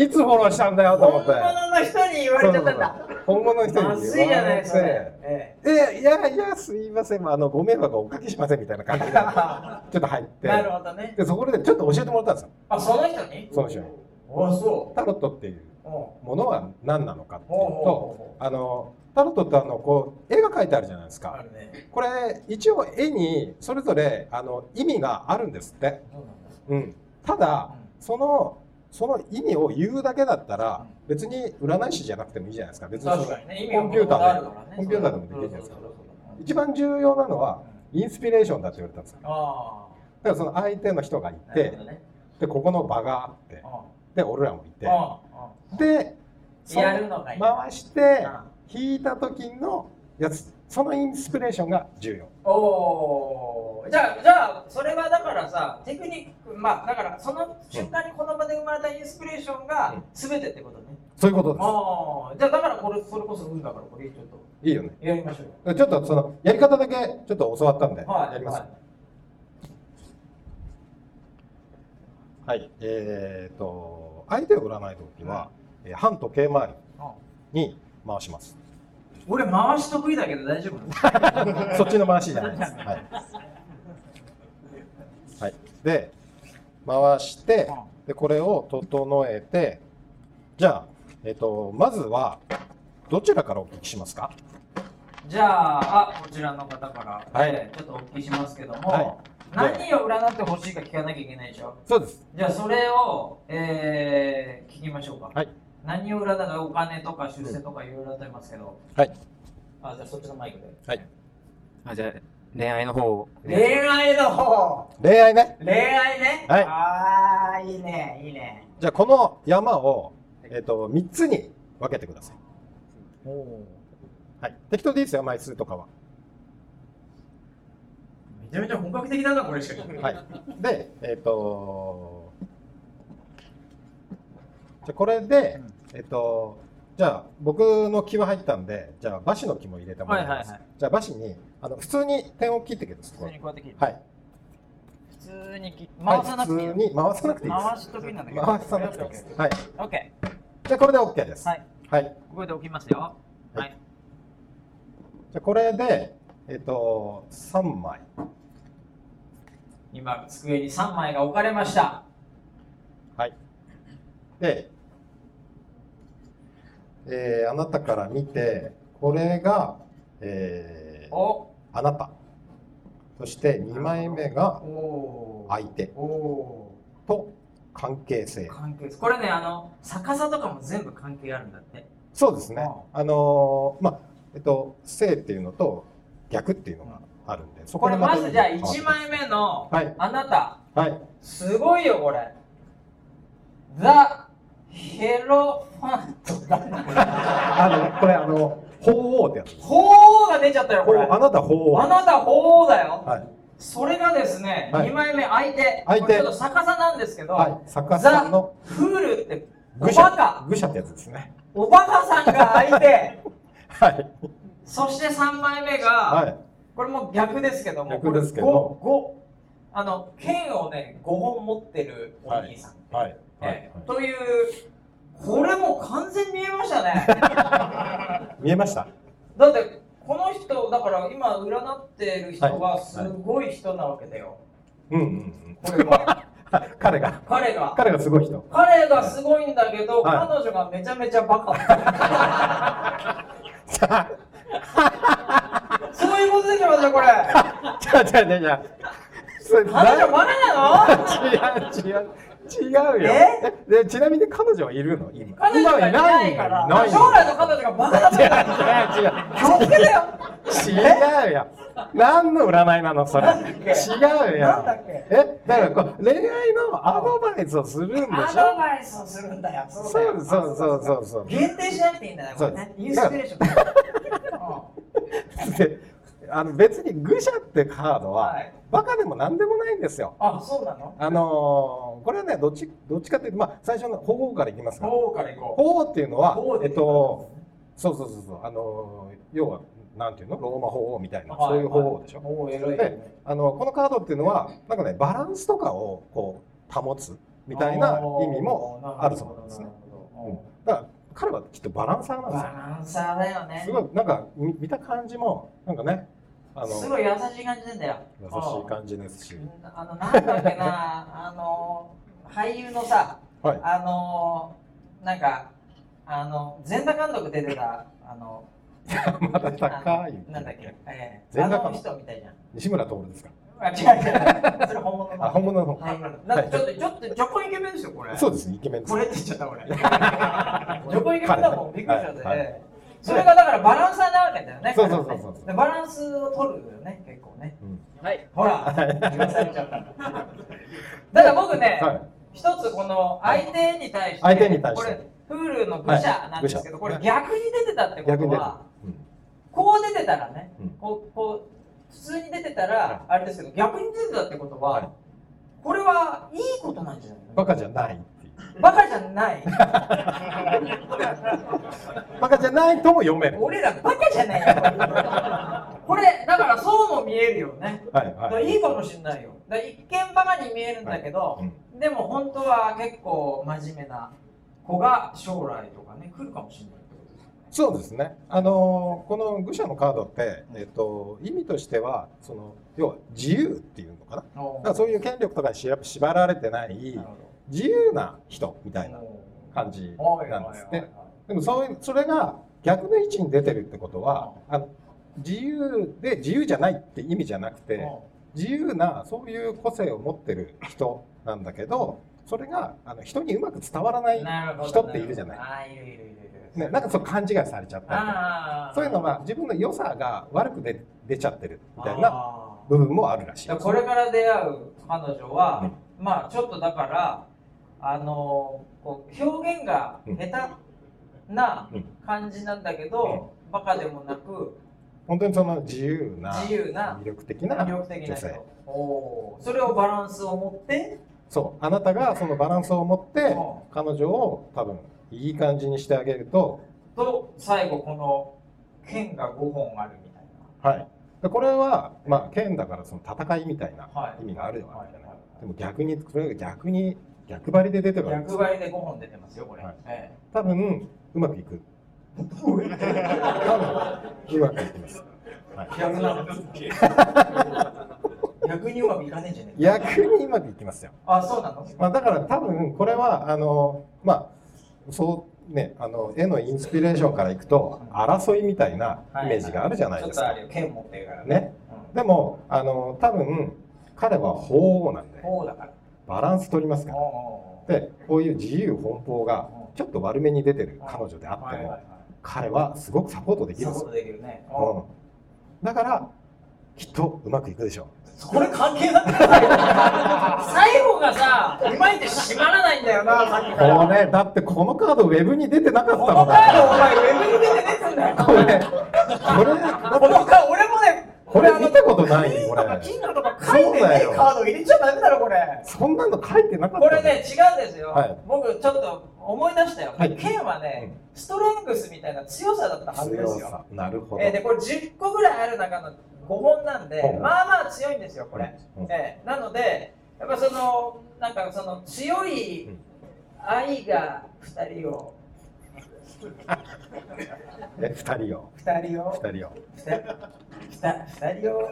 [SPEAKER 2] いつフォローしたんだよと
[SPEAKER 1] 本
[SPEAKER 2] 思って
[SPEAKER 1] 物の人に言われちゃったんだ。
[SPEAKER 2] そうそうそう本物の人に
[SPEAKER 1] まずいじゃないですかね。ええ
[SPEAKER 2] えいやいやすいませんあのご迷惑はおかけしませんみたいな感じでちょっと入って
[SPEAKER 1] なるほどね。
[SPEAKER 2] でそこでちょっと教えてもらったんですよ
[SPEAKER 1] あ、その人に
[SPEAKER 2] その人に
[SPEAKER 1] おそ
[SPEAKER 2] タロットっていう
[SPEAKER 1] う。お
[SPEAKER 2] ものは何なのかっていう
[SPEAKER 1] おお
[SPEAKER 2] とあのタロットってあのこう絵が描いてあるじゃないです
[SPEAKER 1] あ
[SPEAKER 2] か
[SPEAKER 1] るね。
[SPEAKER 2] これ一応絵にそれぞれあの意味があるんですって、
[SPEAKER 1] そうなんだ
[SPEAKER 2] うん、ただそのその意味を言うだけだったら別に占い師じゃなくてもいいじゃないですか別にその
[SPEAKER 1] 確かにね、意味
[SPEAKER 2] コンピュータ
[SPEAKER 1] があ
[SPEAKER 2] ー
[SPEAKER 1] る
[SPEAKER 2] で
[SPEAKER 1] からね。
[SPEAKER 2] コンピューターでもできるじゃないですか
[SPEAKER 1] そうそうそうそう
[SPEAKER 2] 一番重要なのはインスピレーションだって言われたんですよだ
[SPEAKER 1] あ
[SPEAKER 2] からその相手の人がい
[SPEAKER 1] あ。なる
[SPEAKER 2] て
[SPEAKER 1] ほどね。
[SPEAKER 2] でここの場があって
[SPEAKER 1] あ
[SPEAKER 2] で俺らもいて
[SPEAKER 1] あ。ああ。
[SPEAKER 2] でそ
[SPEAKER 1] やる
[SPEAKER 2] の
[SPEAKER 1] のがいい。
[SPEAKER 2] 回して引いた時のやつそのインスピレーションが重要
[SPEAKER 1] おおー。じゃあ、じゃあ、それはだからさ、テクニック、まあ、だから、その瞬間にこの場で生まれたインスピレーションが
[SPEAKER 2] うん
[SPEAKER 1] 全てってことね。
[SPEAKER 2] そういうことで
[SPEAKER 1] ああ。じゃあ、だからこれ、それこそ運だから、これちょっと
[SPEAKER 2] すいいよね
[SPEAKER 1] やりましょうよ。
[SPEAKER 2] ちょっとそのやり方だけちょっと教わったんで、
[SPEAKER 1] はい。
[SPEAKER 2] やります。
[SPEAKER 1] は
[SPEAKER 2] はい
[SPEAKER 1] い、
[SPEAKER 2] えー、と相手を売らない時は、えー反時計回
[SPEAKER 1] あ
[SPEAKER 2] りに回します。
[SPEAKER 1] 俺、回し得意だけど大丈夫なの
[SPEAKER 2] そっちの回しじゃないです。 はい。はい、で回してでこれを整えてじゃあえっ、とまずはどちらからお聞きしますか。
[SPEAKER 1] じゃああ、こちらの方から、
[SPEAKER 2] はい
[SPEAKER 1] えーちょっとお聞きしますけども、
[SPEAKER 2] は
[SPEAKER 1] 何を占ってほしいか聞かなきゃいけないでしょ。
[SPEAKER 2] そうです。
[SPEAKER 1] じゃあ、それを、えー聞きましょうか。
[SPEAKER 2] はい。
[SPEAKER 1] 何を占うか、お金とか出世とかいろいろ占いますけど、
[SPEAKER 2] はい。
[SPEAKER 1] あ、じゃあそっちのマイクで。
[SPEAKER 2] はい。
[SPEAKER 4] あじゃあ恋愛の方を
[SPEAKER 1] 恋愛の方
[SPEAKER 2] 恋愛ね。
[SPEAKER 1] 恋愛ね
[SPEAKER 2] はい
[SPEAKER 1] ああ、いいね、いいね。
[SPEAKER 2] じゃあこの山を、えっと3つに分けてください。はい、適当でいいですよ、枚数とかは。
[SPEAKER 1] めちゃめちゃ本格的だな、これしか。
[SPEAKER 2] はい、で、えっ、とじゃあこれで、えっ、とじゃあ僕の木は入ったんで、じゃあ馬氏の木も入れてもらいます。
[SPEAKER 1] はいはい
[SPEAKER 2] じゃあ馬氏にあの普通に点を切ってくださ
[SPEAKER 1] 普
[SPEAKER 2] い。
[SPEAKER 1] 通にこうやって切る。
[SPEAKER 2] はい、
[SPEAKER 1] 普通に切回さなくていい
[SPEAKER 2] は
[SPEAKER 1] の
[SPEAKER 2] い普。通に回さなくていい
[SPEAKER 1] 回しときなんだけ
[SPEAKER 2] で
[SPEAKER 1] ど。
[SPEAKER 2] す。回さなくていいです。はい、
[SPEAKER 1] オッケ
[SPEAKER 2] じゃあこれで OK です。
[SPEAKER 1] ー。はい。
[SPEAKER 2] はい
[SPEAKER 1] ここで置きますよ。
[SPEAKER 2] は
[SPEAKER 1] はい。
[SPEAKER 2] じゃあこれで、えっ、と3枚。
[SPEAKER 1] 今、机に3枚が置かれました。
[SPEAKER 2] はい。で、えーあなたから見て、これが、えー
[SPEAKER 1] お
[SPEAKER 2] あなた。そして2枚目が
[SPEAKER 1] おー
[SPEAKER 2] 相手
[SPEAKER 1] お
[SPEAKER 2] と関係性
[SPEAKER 1] ー。関係です。これね、あの、逆さとかも全部関係あるんだって。
[SPEAKER 2] そうですね
[SPEAKER 1] あ。
[SPEAKER 2] あのーまあ、えっと、性っていうのと逆っていうのがあるんで、そ
[SPEAKER 1] これ
[SPEAKER 2] でた
[SPEAKER 1] まずじゃあ
[SPEAKER 2] 意味が変
[SPEAKER 1] 1
[SPEAKER 2] わって
[SPEAKER 1] 枚目の
[SPEAKER 2] はい
[SPEAKER 1] あなた、
[SPEAKER 2] くる。はい。
[SPEAKER 1] すごいよこれ。ザ・ヘロファントだな。
[SPEAKER 2] あのね、これあの、法王ってやつです。
[SPEAKER 1] 鳳凰が出ちゃったよこ
[SPEAKER 2] 鳳
[SPEAKER 1] れ。
[SPEAKER 2] 凰あなた法王。
[SPEAKER 1] あなた鳳凰だよ。
[SPEAKER 2] はい。
[SPEAKER 1] それがですね、
[SPEAKER 2] はい
[SPEAKER 1] 2枚目相手。
[SPEAKER 2] 相手
[SPEAKER 1] これちょっと逆さなんですけど、
[SPEAKER 2] はい。作家さんの
[SPEAKER 1] フールって
[SPEAKER 2] 愚
[SPEAKER 1] お
[SPEAKER 2] 者
[SPEAKER 1] バカ。
[SPEAKER 2] 愚者ってやつですね。
[SPEAKER 1] オバマさんが相 手、
[SPEAKER 2] はい。
[SPEAKER 1] そして3枚目が、
[SPEAKER 2] はい。
[SPEAKER 1] これも逆ですけども、
[SPEAKER 2] 逆ですけど
[SPEAKER 1] これごごあの剣をね、5本持ってるお兄さん。
[SPEAKER 2] はい。は
[SPEAKER 1] え
[SPEAKER 2] い
[SPEAKER 1] え。という、これもう完全に見えましたね。
[SPEAKER 2] 見えました
[SPEAKER 1] だって、この人、だから今、占ってる人がすごい人なわけだよ。
[SPEAKER 2] うんうんうん。
[SPEAKER 1] これは、
[SPEAKER 2] 彼が、
[SPEAKER 1] 彼が。
[SPEAKER 2] 彼が すごい人。
[SPEAKER 1] 彼がすごいんだけど、
[SPEAKER 2] はい
[SPEAKER 1] 彼女がめちゃめちゃ バカ。
[SPEAKER 2] じゃあ、
[SPEAKER 1] そういうことでしょ、じゃあこれ。
[SPEAKER 2] じゃあ、じゃあ、じゃあじゃあ。それ
[SPEAKER 1] 彼女
[SPEAKER 2] な
[SPEAKER 1] バカなの
[SPEAKER 2] 違う、違う。違うよ。で、ちなみに彼女はいるの今。
[SPEAKER 1] 彼女がいないか
[SPEAKER 2] 今な
[SPEAKER 1] ら、
[SPEAKER 2] い
[SPEAKER 1] 将来の彼女がバカだったから。
[SPEAKER 2] 違う、違う。
[SPEAKER 1] 気をつけてよ。
[SPEAKER 2] 違うよ。何の占いなのそれ。
[SPEAKER 1] なんだっけ
[SPEAKER 2] 違うよ。
[SPEAKER 1] なんだっけ
[SPEAKER 2] え、だからこう恋愛のアドバイスをするんで
[SPEAKER 1] ア
[SPEAKER 2] し
[SPEAKER 1] ド
[SPEAKER 2] ょ。
[SPEAKER 1] バイスをするんだよ。
[SPEAKER 2] そう
[SPEAKER 1] だよ
[SPEAKER 2] そうそうそうそう。
[SPEAKER 1] 限定しなくていいんだよ、これね。
[SPEAKER 2] そう
[SPEAKER 1] インスピレーションだよ。
[SPEAKER 2] で、あの別に愚者ってカードは、
[SPEAKER 1] はい
[SPEAKER 2] バカでも何でもないんですよ。
[SPEAKER 1] あ、そうなの
[SPEAKER 2] あのーこれはねどっちどっちかっていうとまあ最初の方法からいきますから。
[SPEAKER 1] 方から行こ
[SPEAKER 2] 方法っていうのは
[SPEAKER 1] 法で
[SPEAKER 2] えっとそうそうそうそうあのー要はなんていうのローマ法王みたいな
[SPEAKER 1] はい
[SPEAKER 2] そういう方法でしょ。
[SPEAKER 1] おお、偉いよ
[SPEAKER 2] で
[SPEAKER 1] ね。
[SPEAKER 2] あのこのカードっていうのはなんかねバランスとかをこう保つみたいな意味もあるそうなんですね。うんだから彼はきっとバランサーなんです
[SPEAKER 1] バ
[SPEAKER 2] よ。
[SPEAKER 1] ランサーだよね。
[SPEAKER 2] すごいなんか見見た感じもなんかねあの
[SPEAKER 1] すごい優しい感じなんだよ。
[SPEAKER 2] 優しい感じですし、
[SPEAKER 1] あの、なんだっけ な、あの、俳優のさ、
[SPEAKER 2] はい
[SPEAKER 1] あの、なんか、あの、全裸監督出てた、あの、
[SPEAKER 2] また高い
[SPEAKER 1] あのなんだっけ、ええ
[SPEAKER 2] 全
[SPEAKER 1] あ
[SPEAKER 2] 裸
[SPEAKER 1] の
[SPEAKER 2] 監督
[SPEAKER 1] 人みたいじゃん。
[SPEAKER 2] 西村徹ですか。
[SPEAKER 1] あ、違う違う。それ本物の。
[SPEAKER 2] あ本物の方
[SPEAKER 1] はい。なんかちょっと、ちょっと、若干イケメンですよ、これ。
[SPEAKER 2] そうですねイケメンです。
[SPEAKER 1] これって言っちゃった、 俺。横イケメンだもん、びっくりしちゃって。
[SPEAKER 2] はいはい
[SPEAKER 1] それがだからバランサーなわけだよね。
[SPEAKER 2] そうそうそうそう
[SPEAKER 1] でバランスを取るよね、結構ね。
[SPEAKER 2] うん
[SPEAKER 4] はい。
[SPEAKER 1] ほら、言わされちゃった。だから僕ね、
[SPEAKER 2] はい
[SPEAKER 1] 一つこの相手に対して、
[SPEAKER 2] はい相手に対して
[SPEAKER 1] これ、フールの愚者なんですけど、
[SPEAKER 2] はい
[SPEAKER 1] こ
[SPEAKER 2] 愚
[SPEAKER 1] れ
[SPEAKER 2] 者
[SPEAKER 1] 逆に出てたってこ
[SPEAKER 2] 逆
[SPEAKER 1] と
[SPEAKER 2] に出てる
[SPEAKER 1] は、こう出てたらね、
[SPEAKER 2] うん
[SPEAKER 1] こう、こう、普通に出てたら、あれですけど、逆に出てたってことは、
[SPEAKER 2] はい
[SPEAKER 1] これはいいことなんじゃない
[SPEAKER 2] バカじゃないっていう。
[SPEAKER 1] バカじゃない。
[SPEAKER 2] バカじゃないとも読める。
[SPEAKER 1] 俺らバカじゃないよ。これ、だからそうも見えるよね。
[SPEAKER 2] はい
[SPEAKER 1] だか
[SPEAKER 2] は
[SPEAKER 1] ら
[SPEAKER 2] い。
[SPEAKER 1] いいかもしれないよ。だから一見バカに見えるんだけど、
[SPEAKER 2] うん
[SPEAKER 1] でも本当は結構真面目な子が将来とかね、来るかもしれないってことですよね。
[SPEAKER 2] そうですね。あのーこの愚者のカードって、えっと、意味としては、その、要は自由っていうのかな。だからそういう権力とかにしら縛られてない
[SPEAKER 1] なるほど
[SPEAKER 2] 自由な人みたいな感じなんですね。でもそういう、それが逆の位置に出てるってことは、あの、自由で自由じゃないって意味じゃなくて、自由なそういう個性を持ってる人なんだけど、それがあの人にうまく伝わらない、
[SPEAKER 1] なるほど
[SPEAKER 2] 人っているじゃない
[SPEAKER 1] ああ、いるいるいるいる。
[SPEAKER 2] ね、なんかそう勘違いされちゃったりとか。
[SPEAKER 1] ああ
[SPEAKER 2] そういうのは自分の良さが悪く出出ちゃってるみたいな
[SPEAKER 1] あー
[SPEAKER 2] 部分もあるらしい
[SPEAKER 1] だからこれから出会う彼女は、まあちょっとだからあのーこう表現が下手な
[SPEAKER 2] うん
[SPEAKER 1] 感じなんだけど、バカでもなく
[SPEAKER 2] 本当にその自由な
[SPEAKER 1] 自由な
[SPEAKER 2] 魅力的な
[SPEAKER 1] 魅力的
[SPEAKER 2] 女
[SPEAKER 1] な人
[SPEAKER 2] 性
[SPEAKER 1] おーそれをバランスを持って
[SPEAKER 2] そうあなたがそのバランスを持って
[SPEAKER 1] う
[SPEAKER 2] 彼女を多分いい感じにしてあげると
[SPEAKER 1] と最後この剣が5本あるみたい
[SPEAKER 2] はいでこれはまあ剣だからその戦いみたいな
[SPEAKER 1] な、は
[SPEAKER 2] 意味があるわけじゃない
[SPEAKER 1] い
[SPEAKER 2] でも逆にそれが逆に逆張りで出てるわけです
[SPEAKER 1] 逆張りで5本出てますよこれ、
[SPEAKER 2] はい
[SPEAKER 1] え
[SPEAKER 2] 多分うまくいく多分うまくいきます
[SPEAKER 1] え逆な 逆にうまくいかねえんじゃねえか
[SPEAKER 2] 逆にうまくいきますよ
[SPEAKER 1] あそうなの
[SPEAKER 2] まあ、だから多分これはあのまあそうねあの絵のインスピレーションからいくと争いみたいなイメージがあるじゃないですか、
[SPEAKER 1] ちょっとあるよ剣持ってるからね
[SPEAKER 2] ねでもあの多分彼は法王なんで
[SPEAKER 1] こうだから
[SPEAKER 2] バランス取りますから
[SPEAKER 1] おうおうおう
[SPEAKER 2] でこういう自由奔放がちょっと悪めに出てる彼女であって
[SPEAKER 1] はいはいは
[SPEAKER 2] も
[SPEAKER 1] い
[SPEAKER 2] 彼はすごくサポートできる
[SPEAKER 1] そ
[SPEAKER 2] ん
[SPEAKER 1] うい
[SPEAKER 2] で
[SPEAKER 1] うことでき
[SPEAKER 2] すよ、
[SPEAKER 1] るねおう
[SPEAKER 2] うん、だからきっとうまくいくでしょ
[SPEAKER 1] これ関係なくない最後がさいまいち締まらないんだよなさっき
[SPEAKER 2] う
[SPEAKER 1] か
[SPEAKER 2] もう
[SPEAKER 1] ら
[SPEAKER 2] ねだってこのカードウェブに出てなかった
[SPEAKER 1] こ
[SPEAKER 2] の
[SPEAKER 1] のカードお
[SPEAKER 2] だ
[SPEAKER 1] 前ウェブに出て出てんだよ
[SPEAKER 2] これこれ
[SPEAKER 1] このカード俺もね
[SPEAKER 2] これ見たことないよ、こ
[SPEAKER 1] とか
[SPEAKER 2] れ。
[SPEAKER 1] 金のとか書いて
[SPEAKER 2] そうだ
[SPEAKER 1] ね
[SPEAKER 2] よ
[SPEAKER 1] カード入れちゃダメだろこれ
[SPEAKER 2] そんなの書いてなかった。
[SPEAKER 1] これね、違うんですよ、
[SPEAKER 2] はい
[SPEAKER 1] 僕ちょっと思い出したよ、
[SPEAKER 2] はい
[SPEAKER 1] 剣はね、ストレングスみたいな強さだったはずで
[SPEAKER 2] 強
[SPEAKER 1] すよ、
[SPEAKER 2] さ。なるほど。
[SPEAKER 1] えーでこれ10個ぐらいある中の5本なんで、
[SPEAKER 2] うん
[SPEAKER 1] まあまあ強いんですよこれ、
[SPEAKER 2] うん
[SPEAKER 1] えーなのでやっぱそのなんかその強い愛が2人を
[SPEAKER 2] え、二人を。
[SPEAKER 1] 2人を
[SPEAKER 2] 二人を。
[SPEAKER 1] 2人を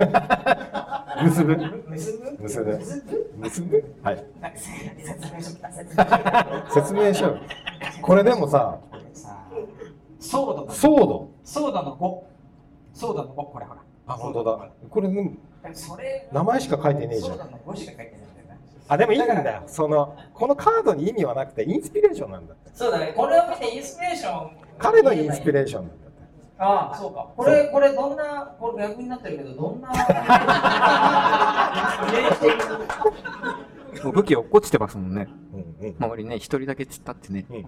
[SPEAKER 2] 結ぶ。
[SPEAKER 1] 結ぶ
[SPEAKER 2] 結ぶ
[SPEAKER 1] 結ぶ
[SPEAKER 2] 結ぶはい。
[SPEAKER 1] なんか説明書きた説明
[SPEAKER 2] 説明しよう。これでもさ、
[SPEAKER 1] 書きさソードだ
[SPEAKER 2] ソード。
[SPEAKER 1] ソーダの5。ソーダの5、これほら。
[SPEAKER 2] あ、本当だ。これ、ね、
[SPEAKER 1] それ、
[SPEAKER 2] 名前しか書いてねえじゃ
[SPEAKER 1] ソーダ
[SPEAKER 2] ん。
[SPEAKER 1] の5しか書いてないんだよな。
[SPEAKER 2] あ、でもいいんだよ。その、このカードに意味はなくて、インスピレーションなんだって。
[SPEAKER 1] そうだね、これを見てインスピレーション。
[SPEAKER 2] 彼のインスピ
[SPEAKER 1] ーション。
[SPEAKER 2] レーションなんだって。
[SPEAKER 1] ああ、そうか。これ、これ、どんな、これ逆になってるけど、ど んな。
[SPEAKER 4] もう武器落っこちてますもんね。
[SPEAKER 2] うんうん。
[SPEAKER 4] 周りね、一人だけつったってね、
[SPEAKER 2] うんうん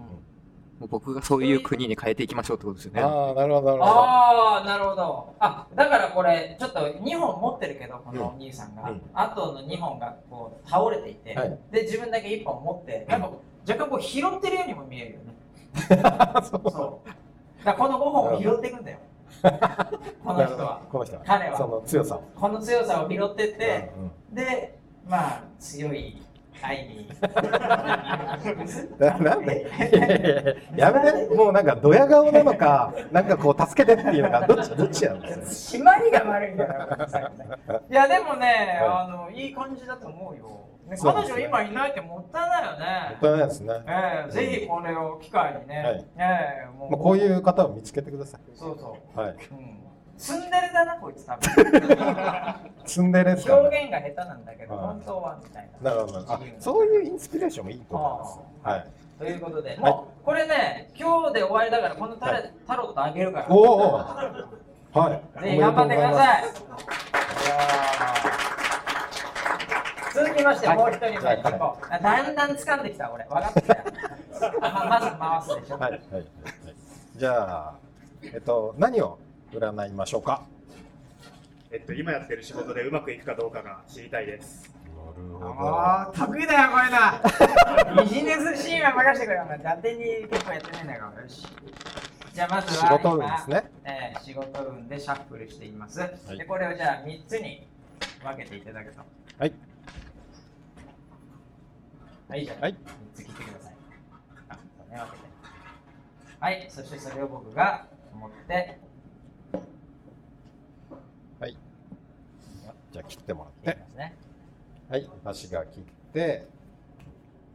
[SPEAKER 4] もう僕がそういう国に変えていきましょうってことですよね。
[SPEAKER 2] ああ、なるほど、なるほど。
[SPEAKER 1] ああ、なるほど。あ、だからこれ、ちょっと2本持ってるけど、このお兄さんが。
[SPEAKER 2] うん
[SPEAKER 1] あとの2本がこう倒れていて、
[SPEAKER 2] はい
[SPEAKER 1] で、自分だけ1本持って、なんか若干こう拾ってるようにも見える よね。そう。だからこの5本を拾っていくんだ よ。この人は。
[SPEAKER 2] この人は。
[SPEAKER 1] 彼は
[SPEAKER 2] その強さを。
[SPEAKER 1] この強さを拾ってって、
[SPEAKER 2] うんうん
[SPEAKER 1] で、まあ、強い愛に。
[SPEAKER 2] ななんで やめて、もうなんかドヤ顔なのか、なんかこう助けてっていうのか、どっち、どっちなんです
[SPEAKER 1] 締まりが悪いんだよ。いや、でもね、
[SPEAKER 2] は
[SPEAKER 1] あの、いい感じだと思うよ。ね
[SPEAKER 2] そう
[SPEAKER 1] 彼
[SPEAKER 2] ですね
[SPEAKER 1] 女今いないってもったいないよ
[SPEAKER 2] よ。もっ
[SPEAKER 1] ね。
[SPEAKER 2] たいないですね。ま
[SPEAKER 1] ええ、ぜひこれを機会に
[SPEAKER 2] はい
[SPEAKER 1] ね。ええ、も
[SPEAKER 2] あ、こういう方を見つけてください。
[SPEAKER 1] そうそ
[SPEAKER 2] はい。
[SPEAKER 1] う。うん。ツンデレだな、こいつ多 分。
[SPEAKER 2] ツンデレですからね。
[SPEAKER 1] 表現が下手なんだけど、
[SPEAKER 2] はい
[SPEAKER 1] 本当はみたいな。
[SPEAKER 2] なるほど。あ、そういうインスピレーションもいいと思います。はい。
[SPEAKER 1] ということで、もうこれね、今日で終わりだから、このタレタロットあげるから。
[SPEAKER 2] お
[SPEAKER 1] ぜ
[SPEAKER 2] お。はい。
[SPEAKER 1] ひ頑張ってください。
[SPEAKER 2] い。
[SPEAKER 1] 続きまして、もう一人目、
[SPEAKER 2] はいはい
[SPEAKER 1] 行こうあだんだん掴んできた、俺。分かってきたよ。ままず回すでしょ。
[SPEAKER 2] はい。はい。はい。じゃあ、えっと、何を占いましょうか。
[SPEAKER 5] えっと、今やってる仕事でうまくいくかどうかが知りたいです。
[SPEAKER 1] ああ、得意だよ、これな。ビジネスシーンは任せてくれよ。お前伊達に結構やってないんだから。よし。じゃあ、まずは
[SPEAKER 2] 仕事運ですね。
[SPEAKER 1] 今えー仕事運でシャッフルしています。で、これをじゃあ3つに分けていただくと。
[SPEAKER 2] はい。
[SPEAKER 1] はい、じゃあ、
[SPEAKER 2] はい
[SPEAKER 1] 3つ切ってください。あそうね、分けて。はい、そしてそれを僕が持って、
[SPEAKER 2] じゃあ、切ってもら
[SPEAKER 1] い
[SPEAKER 2] っ
[SPEAKER 1] き
[SPEAKER 2] て。
[SPEAKER 1] ますね。
[SPEAKER 2] はい。足が切って。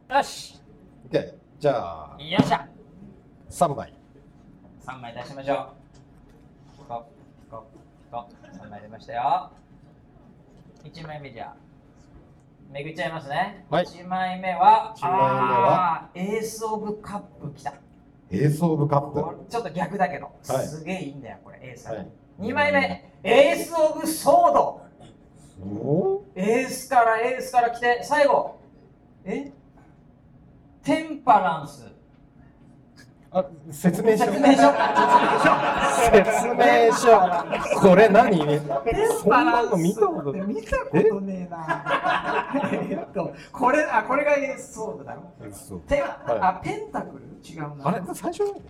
[SPEAKER 1] よし
[SPEAKER 2] で、じゃあ、
[SPEAKER 1] よっしゃ
[SPEAKER 2] 三枚。
[SPEAKER 1] 三枚出しましょう。ピコピコピコ三枚出ましたよ。一枚目じゃあめぐっちゃいますね。
[SPEAKER 2] はい
[SPEAKER 1] 一枚目は
[SPEAKER 2] 一枚目は
[SPEAKER 1] あーエースオブカップきた。
[SPEAKER 2] エースオブカップ。
[SPEAKER 1] これちょっと逆だけど、
[SPEAKER 2] はい
[SPEAKER 1] すげえいいんだよこれエース
[SPEAKER 2] は
[SPEAKER 1] が
[SPEAKER 2] い。
[SPEAKER 1] 二、枚目エースオブソード。
[SPEAKER 2] お
[SPEAKER 1] エースからエースから来て最後えテンパランス。
[SPEAKER 2] あ説明書
[SPEAKER 1] 説明書。
[SPEAKER 2] 説明書これ何そんなの見たことない
[SPEAKER 1] 見たことねえな。 えっと、これ、あ、これがエースソードだろ。テンあ、ペンタクル違うな。
[SPEAKER 2] あれ最初なんだよ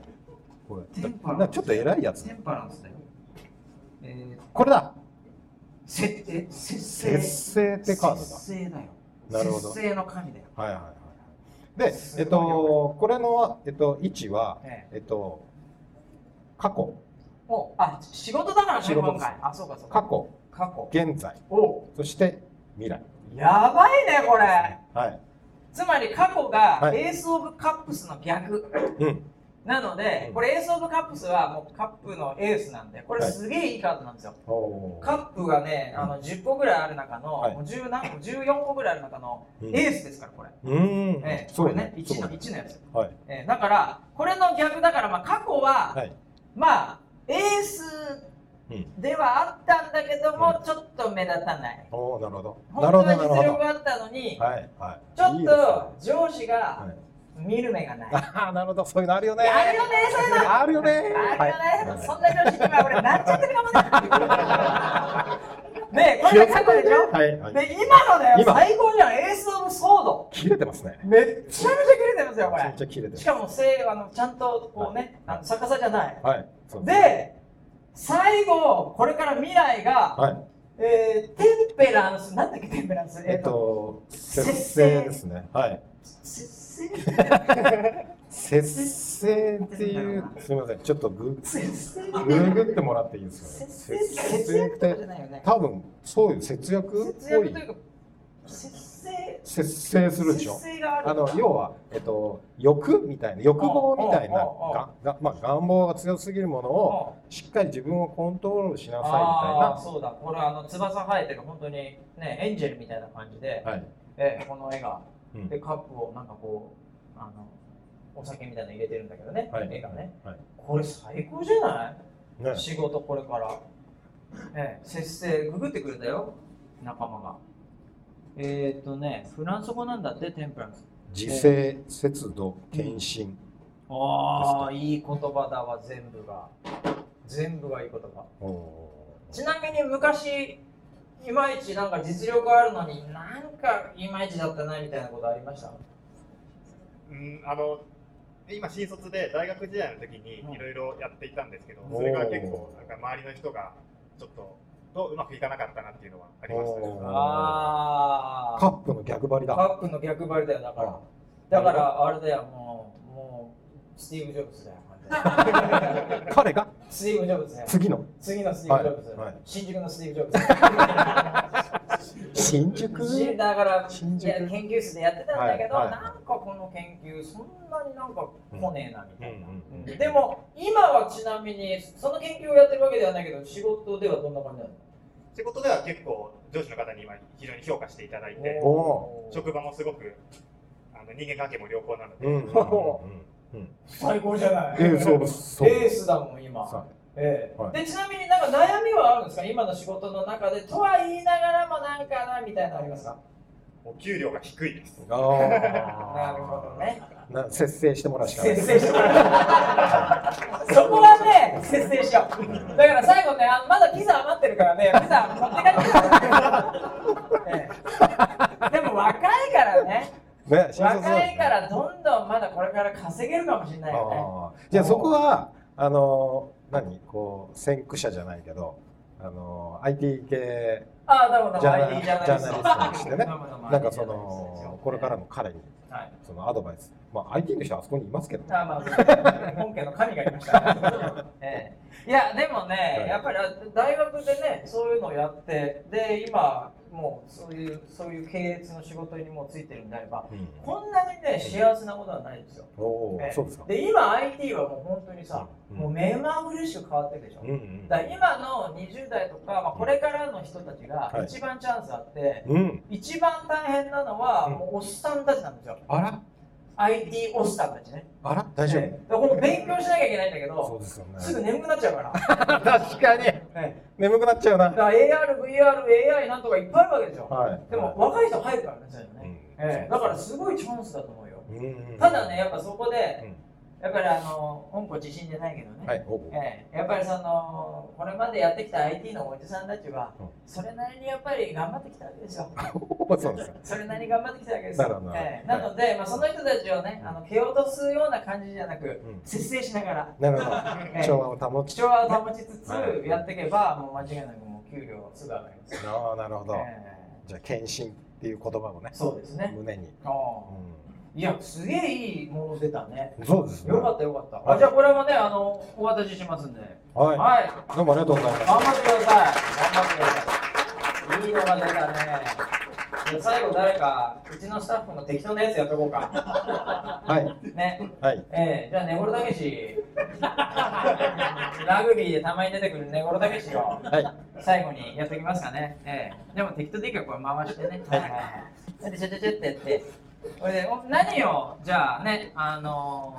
[SPEAKER 2] これ
[SPEAKER 1] テンパランス
[SPEAKER 2] なちょっと偉いやつ
[SPEAKER 1] テンパランスだよ。えー、
[SPEAKER 2] これだ
[SPEAKER 1] せえ節制。
[SPEAKER 2] 節制ってカード
[SPEAKER 1] 節制だよ。
[SPEAKER 2] なるほど
[SPEAKER 1] 節制の神だよ。
[SPEAKER 2] だはいはいはいでえっとこれの、えっと、位置は
[SPEAKER 1] え
[SPEAKER 2] えっと過去
[SPEAKER 1] お、あ、仕事だからね、
[SPEAKER 2] 仕事
[SPEAKER 1] 今
[SPEAKER 2] です
[SPEAKER 1] 回。あ、そうか、そうか。
[SPEAKER 2] 過去
[SPEAKER 1] 過去。
[SPEAKER 2] 現在
[SPEAKER 1] お、
[SPEAKER 2] そして未来
[SPEAKER 1] やばいね、これ。
[SPEAKER 2] はい
[SPEAKER 1] つまり過去が
[SPEAKER 2] はい
[SPEAKER 1] エースオブカップスの逆。
[SPEAKER 2] うん
[SPEAKER 1] なので
[SPEAKER 2] う、ん
[SPEAKER 1] これエースオブカップスはもうカップのエースなんで、これ
[SPEAKER 2] はい
[SPEAKER 1] すげえいいカードなんですよ。
[SPEAKER 2] お
[SPEAKER 1] カップがね、あの10個ぐらいある中の、
[SPEAKER 2] はい
[SPEAKER 1] もう10何個、14個ぐらいある中の
[SPEAKER 2] うん
[SPEAKER 1] エースですから、これ。
[SPEAKER 2] うん
[SPEAKER 1] ええ
[SPEAKER 2] そ
[SPEAKER 1] こ
[SPEAKER 2] う
[SPEAKER 1] れね、
[SPEAKER 2] そう
[SPEAKER 1] 1の一のやつ。
[SPEAKER 2] はい
[SPEAKER 1] ええだから、これの逆だから、まあ、過去は、
[SPEAKER 2] はい
[SPEAKER 1] まあ、エースではあったんだけども、ちょっと目立たない。
[SPEAKER 2] おおなるほどな
[SPEAKER 1] 本
[SPEAKER 2] る
[SPEAKER 1] 当
[SPEAKER 2] ほどな
[SPEAKER 1] は
[SPEAKER 2] る
[SPEAKER 1] 実
[SPEAKER 2] ほど
[SPEAKER 1] 力があったのに、
[SPEAKER 2] はいはい。
[SPEAKER 1] ちょっ
[SPEAKER 2] いいですね
[SPEAKER 1] と上司
[SPEAKER 2] は
[SPEAKER 1] が
[SPEAKER 2] い
[SPEAKER 1] 見る目がない。
[SPEAKER 2] ああ、なるほど、そういうのあるよね。
[SPEAKER 1] あるよね、そういうの。
[SPEAKER 2] あるよね。
[SPEAKER 1] あれだね、
[SPEAKER 2] はい
[SPEAKER 1] そんな上司には俺なっちゃってるかもね。ねこれが過去でしょ
[SPEAKER 2] はい、はい
[SPEAKER 1] で、今のだよ、
[SPEAKER 2] 今
[SPEAKER 1] 最高じゃん、エース・オブ・ソード。
[SPEAKER 2] 切れてますね。
[SPEAKER 1] めっちゃめちゃ切れてますよ、こ
[SPEAKER 2] めちゃめ
[SPEAKER 1] れ。
[SPEAKER 2] ちゃ切れてま
[SPEAKER 1] し
[SPEAKER 2] す。
[SPEAKER 1] かも、せいあのちゃんとこうね、
[SPEAKER 2] はい
[SPEAKER 1] あの逆さじゃない。
[SPEAKER 2] はい。そうす、
[SPEAKER 1] で、最後、これから未来が、
[SPEAKER 2] はい。
[SPEAKER 1] えー、テンペランス、なんだっけ、テンペランス。
[SPEAKER 2] えっ、と、
[SPEAKER 1] 節制
[SPEAKER 2] 節制ですね。はい。
[SPEAKER 1] 節制、
[SPEAKER 2] 節制っていう、すみません、ちょっとグ
[SPEAKER 1] 節制、
[SPEAKER 2] ググってもらっていいですかね。
[SPEAKER 1] 節制、節約とかじゃないよね。
[SPEAKER 2] 多分、そういう節約っ
[SPEAKER 1] 節
[SPEAKER 2] ぽ
[SPEAKER 1] 約
[SPEAKER 2] い
[SPEAKER 1] というか、節制、
[SPEAKER 2] 節制するでしょ
[SPEAKER 1] 節。制がある。
[SPEAKER 2] あの要は、えっと、欲みたいな欲望みた
[SPEAKER 1] うんうん
[SPEAKER 2] いな
[SPEAKER 1] うん
[SPEAKER 2] がが、まあ、願望が強すぎるものを
[SPEAKER 1] うん
[SPEAKER 2] しっかり自分をコントロールしなさい
[SPEAKER 1] ああー、
[SPEAKER 2] み
[SPEAKER 1] そうだ、これあの翼生えてる、本当にね、エンジェルみたいな感じで、
[SPEAKER 2] たいな、はい
[SPEAKER 1] ええこの絵が、
[SPEAKER 2] うん
[SPEAKER 1] で、カップをなんかこう、あの、お酒みたいなの入れてるんだけどね、
[SPEAKER 2] はい
[SPEAKER 1] 絵がね、
[SPEAKER 2] はい
[SPEAKER 1] これ最高じゃない、
[SPEAKER 2] ね
[SPEAKER 1] 仕事これから。ええ節制、ググってくれたよ、仲間が。えー、っとね、フランス語なんだって、テンプランス。
[SPEAKER 2] 自制節度献身、
[SPEAKER 1] ああ、いい言葉だわ、全部が。全部がいい言葉。
[SPEAKER 2] おー
[SPEAKER 1] ちなみに昔いまいちなんか実力あるのになんかいまいちだったなみたいなことありました
[SPEAKER 5] うん、あの今新卒で大学時代の時にいろいろやっていたんですけど、
[SPEAKER 2] うん
[SPEAKER 5] それが結構なんか周りの人がちょっとどううまくいかなかったなっていうのはありましたね
[SPEAKER 2] お。ー
[SPEAKER 1] あ
[SPEAKER 2] カ
[SPEAKER 1] あ
[SPEAKER 2] ップの逆張り
[SPEAKER 1] カ
[SPEAKER 2] だ
[SPEAKER 1] ップの逆張りだよだか
[SPEAKER 2] うん
[SPEAKER 1] らだからあれだよもうもうスティーブ・ジョブズだよ完全に
[SPEAKER 2] 彼が
[SPEAKER 1] スティーブ・ジョブズだよ
[SPEAKER 2] 次の
[SPEAKER 1] 次のスティーブ・ジョブズ、
[SPEAKER 2] はいはい
[SPEAKER 1] 新宿のスティーブ・ジ ョブズ
[SPEAKER 2] 新
[SPEAKER 1] し
[SPEAKER 2] 宿
[SPEAKER 1] だから
[SPEAKER 2] 新
[SPEAKER 1] い
[SPEAKER 2] 宿
[SPEAKER 1] や研究室でやってたんだけど、
[SPEAKER 2] はいはい
[SPEAKER 1] なんかこの研究そんなになんか来ねえなみたいな、
[SPEAKER 2] うんうんうん
[SPEAKER 1] でも今はちなみにその研究をやってるわけではないけど仕事ではどんな感じなの
[SPEAKER 5] 仕事では結構上司の方に今非常に評価していただいて
[SPEAKER 2] お、お
[SPEAKER 5] 職場もすごくあの人間関係も良好なので、
[SPEAKER 2] うんうんうんうん
[SPEAKER 1] 最高じゃない
[SPEAKER 2] えーそうそう
[SPEAKER 1] エースだもん今
[SPEAKER 2] さ
[SPEAKER 1] ええ
[SPEAKER 2] はい
[SPEAKER 1] でちなみになんか悩みはあるんですか今の仕事の中でとは言いながらもなんかなみたいなのありますか
[SPEAKER 5] お給料が低いです。
[SPEAKER 2] あ
[SPEAKER 1] なるほど
[SPEAKER 2] ー
[SPEAKER 1] ね
[SPEAKER 2] な節制してもらうしかない
[SPEAKER 1] 節制しようそこはね節制しようだから最後ねあのまだピザ余ってるからねピザ持 って帰って、ね、でも若いからね
[SPEAKER 2] ね新卒
[SPEAKER 1] 若いからどんどんまだこれから稼げるかもしれないよね
[SPEAKER 2] あーじゃあそこはあの何こう先駆者じゃないけどあの IT 系
[SPEAKER 1] ああどうもどう
[SPEAKER 2] ジ
[SPEAKER 1] も
[SPEAKER 2] ャー
[SPEAKER 1] IT ジャーナリスト
[SPEAKER 2] ナリストにしてね
[SPEAKER 1] どうもどうも
[SPEAKER 2] なんかそ
[SPEAKER 1] IT ジャーナリストですよ
[SPEAKER 2] のこれからの彼に
[SPEAKER 1] はい
[SPEAKER 2] そのアドバイスまあ IT の人はあそこにいますけどね
[SPEAKER 1] あーまあ、本家の神がいま した、ええいやでもね、
[SPEAKER 2] はい
[SPEAKER 1] やっぱり大学でねそういうのをやってで今もうそういうそういう系列の仕事にもうついてるんであれば
[SPEAKER 2] うん
[SPEAKER 1] こんなにね幸せなことはないですよ、
[SPEAKER 2] お
[SPEAKER 1] え
[SPEAKER 2] ー
[SPEAKER 1] え
[SPEAKER 2] そうですか
[SPEAKER 1] で今 IT はもう本当にさ、
[SPEAKER 2] うん
[SPEAKER 1] もう目まぐるしく変わってるでしょ、
[SPEAKER 2] うんうん
[SPEAKER 1] だから今の20代とか、まあ、これからの人たちが
[SPEAKER 2] はい
[SPEAKER 1] 一番チャンスあって、
[SPEAKER 2] うん
[SPEAKER 1] 一番大変なのは、
[SPEAKER 2] うん
[SPEAKER 1] もうおっさんたちなんですよ
[SPEAKER 2] あら
[SPEAKER 1] IT おっさんたちね
[SPEAKER 2] あら大丈
[SPEAKER 1] ええ
[SPEAKER 2] 夫
[SPEAKER 1] だからこの勉強しなきゃいけないんだけ
[SPEAKER 2] そ
[SPEAKER 1] ど
[SPEAKER 2] うですよ
[SPEAKER 1] すぐ
[SPEAKER 2] ね
[SPEAKER 1] 眠くなっちゃうから、
[SPEAKER 2] 確かに
[SPEAKER 1] ええ
[SPEAKER 2] 眠くなっちゃう
[SPEAKER 1] だ
[SPEAKER 2] な
[SPEAKER 1] から AR、VR、AI なんとかいっぱいあるわけでしょ、
[SPEAKER 2] はい
[SPEAKER 1] でも若い人入るからねそういうの
[SPEAKER 2] う
[SPEAKER 1] ね、
[SPEAKER 2] ん
[SPEAKER 1] ええだからすごいチャンスだと思うよ、
[SPEAKER 2] うんうんうん
[SPEAKER 1] ただねやっぱそこ
[SPEAKER 2] う
[SPEAKER 1] で
[SPEAKER 2] ん
[SPEAKER 1] やっぱりあの本校自信じゃないけどね、
[SPEAKER 2] はいおー
[SPEAKER 1] ええやっぱりそのこれまでやってきた IT のおじさんたちは、
[SPEAKER 2] うん
[SPEAKER 1] それなりにやっぱり頑張ってきたわけですよ
[SPEAKER 2] そうですよ
[SPEAKER 1] それなりに頑張ってきたわけですよ
[SPEAKER 2] なるほど
[SPEAKER 1] ええなので、まあ、その人たちをねあの蹴落とすような感じじゃなく、
[SPEAKER 2] ん
[SPEAKER 1] 節制しながら
[SPEAKER 2] なるほど調和を保ち
[SPEAKER 1] 貴重は保ちつつ
[SPEAKER 2] はい
[SPEAKER 1] やっていけば、もう間違いなくもう給料はすぐ上がります。
[SPEAKER 2] ああなるほど
[SPEAKER 1] え
[SPEAKER 2] じゃあ献身っていう言葉をね
[SPEAKER 1] ーそうですね。
[SPEAKER 2] 胸に、
[SPEAKER 1] あーいや、すげえいいもの出たね。
[SPEAKER 2] うん、そうですね
[SPEAKER 1] よか
[SPEAKER 2] は
[SPEAKER 1] ったよかった。
[SPEAKER 2] は
[SPEAKER 1] あ
[SPEAKER 2] い
[SPEAKER 1] じゃあこれもね、あの、お渡ししますんで。はい。
[SPEAKER 2] いどうもありがとうござい
[SPEAKER 1] 頑
[SPEAKER 2] ま
[SPEAKER 1] 張ってください。頑張ってください。いいのが出たね。じゃあ最後誰か、うちのスタッフの適当なやつやっとこうか。
[SPEAKER 2] すはい
[SPEAKER 1] ね。
[SPEAKER 2] はい
[SPEAKER 1] ええじゃあ、ネゴロタケシ。ラグビーでたまに出てくるネゴロタケシを。
[SPEAKER 2] はい
[SPEAKER 1] 最後にやっときますかね。ええ、でも適当でいいからこれ回してね。はいはいはい。で、ちょちょちょってやって。これでお何を、じゃあね、あの